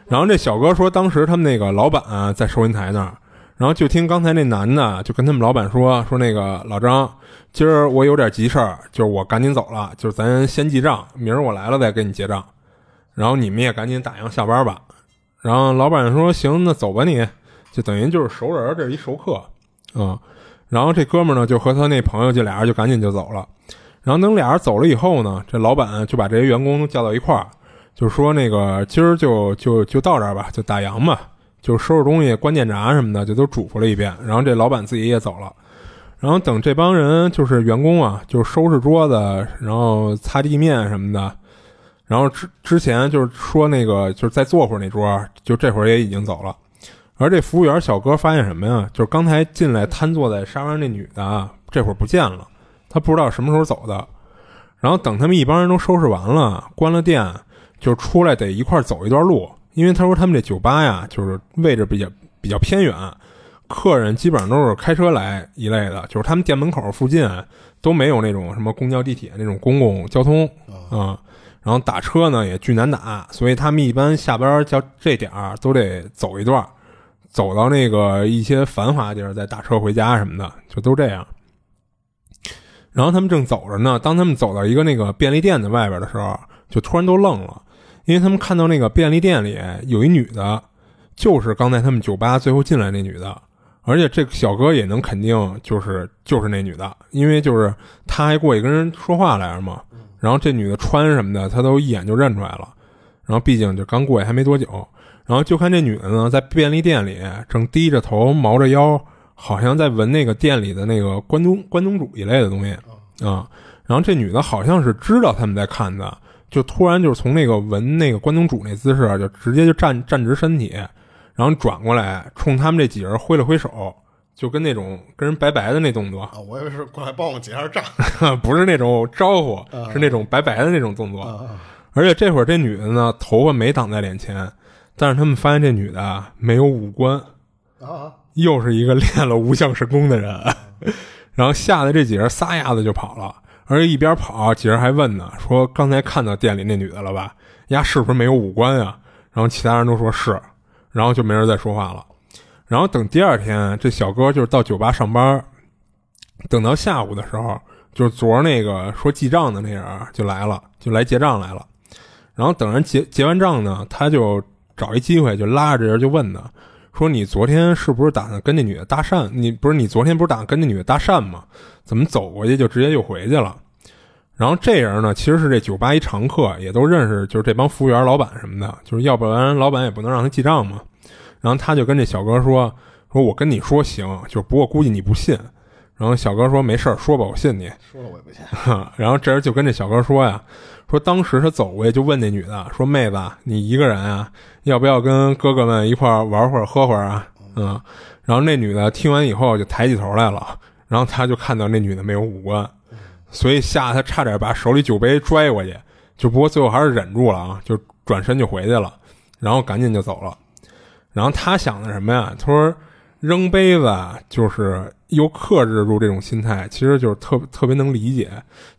然后这小哥说，当时他们那个老板啊、在收银台那儿，然后就听刚才那男的就跟他们老板说说那个老张，今儿我有点急事儿，就是我赶紧走了，就是咱先记账，明儿我来了再给你结账，然后你们也赶紧打烊下班吧。然后老板说行，那走吧你，就等于就是熟人儿，这是一熟客啊、嗯然后这哥们儿呢就和他那朋友这俩人就赶紧就走了。然后等俩人走了以后呢，这老板就把这些员工都叫到一块儿，就说那个今儿就就就到这儿吧，就打烊吧，就收拾东西、关键闸什么的，就都嘱咐了一遍。然后这老板自己也走了。然后等这帮人就是员工啊，就收拾桌子，然后擦地面什么的。然后之之前就是说那个就是再坐会儿那桌，就这会儿也已经走了。而这服务员小哥发现什么呀？就是刚才进来瘫坐在沙发上那女的啊，这会儿不见了，他不知道什么时候走的。然后等他们一帮人都收拾完了，关了店，就出来得一块儿走一段路，因为他说他们这酒吧呀，就是位置比较比较偏远，客人基本上都是开车来一类的，就是他们店门口附近啊都没有那种什么公交、地铁那种公共交通啊、然后打车呢也巨难打，所以他们一般下班叫这点儿都得走一段儿，走到那个一些繁华地儿再打车回家什么的，就都这样。然后他们正走着呢，当他们走到一个那个便利店的外边的时候，就突然都愣了，因为他们看到那个便利店里有一女的，就是刚才他们酒吧最后进来那女的，而且这个小哥也能肯定就是就是那女的，因为就是他还过去跟人说话来着嘛，然后这女的穿什么的，他都一眼就认出来了，然后毕竟就刚过去还没多久，然后就看这女的呢在便利店里正低着头毛着腰，好像在闻那个店里的那个关东关东煮一类的东西啊，然后这女的好像是知道他们在看她。就突然就是从那个闻那个关东煮那姿势，啊就直接就站站直身体，然后转过来冲他们这几人挥了挥手，就跟那种跟人拜拜的那动作，
啊，我以为是过来帮我结下账
*laughs* 不是那种招呼，是那种拜拜的那种动
啊
作。而且这会儿这女的呢，头发没挡在脸前，但是他们发现这女的啊没有五官，
啊，
又是一个练了无相神功的人， *laughs* 然后吓得这几人撒丫子就跑了，而且一边跑，几人还问呢，说刚才看到店里那女的了吧？丫是不是没有五官呀？然后其他人都说是，然后就没人再说话了。然后等第二天，这小哥就是到酒吧上班，等到下午的时候，就是昨儿那个说记账的那人就来了，就来结账来了。然后等人结结完账呢，他就找一机会就拉着这人就问他，说你昨天是不是打算跟那女的搭讪？你不是你昨天不是打算跟那女的搭讪吗？怎么走过去就直接又回去了？然后这人呢，其实是这酒吧一常客，也都认识，就是这帮服务员、老板什么的，就是要不然老板也不能让他记账嘛。然后他就跟这小哥说：“说我跟你说行，就不过估计你不信。”然后小哥说：“没事儿，说吧，我信你。”
说了我也不信，
*laughs* 然后这人就跟这小哥说呀，说当时他走过去就问那女的说：“妹子，你一个人啊，要不要跟哥哥们一块儿玩会儿、喝会儿啊？”嗯，然后那女的听完以后就抬起头来了，然后他就看到那女的没有五官，所以吓得他差点把手里酒杯拽过去，就不过最后还是忍住了啊，就转身就回去了，然后赶紧就走了。然后他想的什么呀？他说扔杯子啊就是又克制住这种心态，其实就是特特别能理解，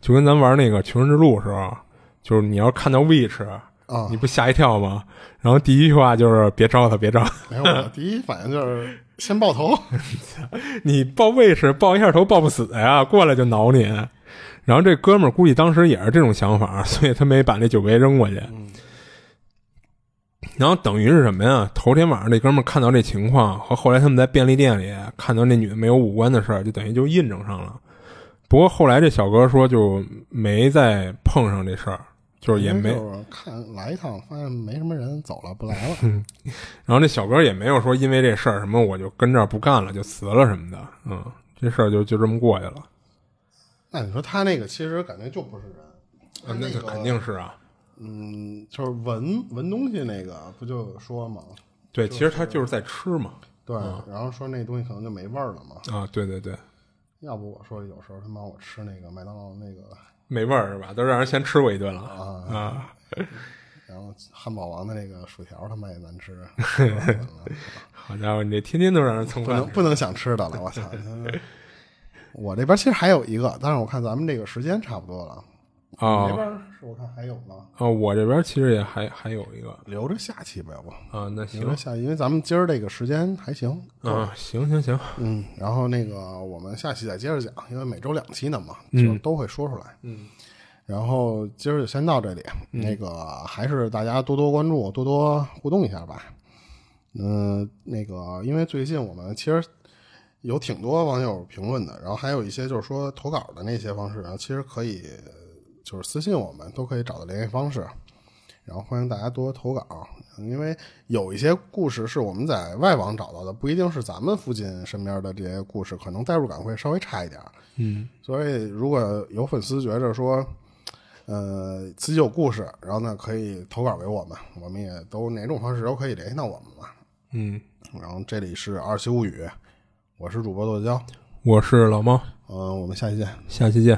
就跟咱玩那个《求生之路》时候，就是你要看到 witch，
啊 *laughs*
你不吓一跳吗？然后第一句话就是别招他，别招他， *laughs*
没有，我第一反应就是先爆头，
你抱 witch 抱一下头抱不死的呀，过来就挠你。然后这哥们儿估计当时也是这种想法，所以他没把那酒杯扔过去。然后等于是什么呀？头天晚上这哥们儿看到这情况，和后来他们在便利店里看到那女的没有五官的事儿，就等于就印证上了。不过后来这小哥说就没再碰上这事儿，就是也
*laughs*
没
就是看来一趟，发现没什么人，走了不来了， *laughs*
然后这小哥也没有说因为这事儿什么我就跟这儿不干了就辞了什么的，嗯，这事儿就就这么过去了。
那你说他那个其实感觉就不是人，他
那
个
个肯，定是啊，
嗯，就是闻闻东西那个不就说嘛，
对，其实他就是在吃嘛，
对，然后说那东西可能就没味儿了嘛。
啊，对对对，
要不我说有时候他妈我吃那个麦当劳那个，
没味儿是吧？都让人先吃过一顿了啊，
然后汉堡王的那个薯条他妈也难吃，
好家伙，你这天天都让人蹭
不
饭
能
吃，
不能想吃的了，我操！我这边其实还有一个，但是我看咱们这个时间差不多了。你那
啊
边是我看还有吗？
啊，我这边其实也还还有一个
留着下期吧，要不
啊，那
留着
行
下，因为咱们今儿这个时间还行。
啊，行行行，
嗯，然后那个我们下期再接着讲，因为每周两期呢嘛，就都会说出来。
嗯，
然后今儿就先到这里，那个还是大家多多关注，多多互动一下吧。嗯、那个因为最近我们其实有挺多网友评论的，然后还有一些就是说投稿的那些方式，然后其实可以呃就是私信我们，都可以找到联系方式。然后欢迎大家多投稿，因为有一些故事是我们在外网找到的，不一定是咱们附近身边的这些故事，可能代入感会稍微差一点。
嗯，
所以如果有粉丝觉着说，呃，自己有故事，然后呢可以投稿给我们，我们也都哪种方式都可以联系到我们嘛。
嗯，
然后这里是二七物语，我是主播剁椒，
我是老猫，
嗯、我们下期见。
下期见。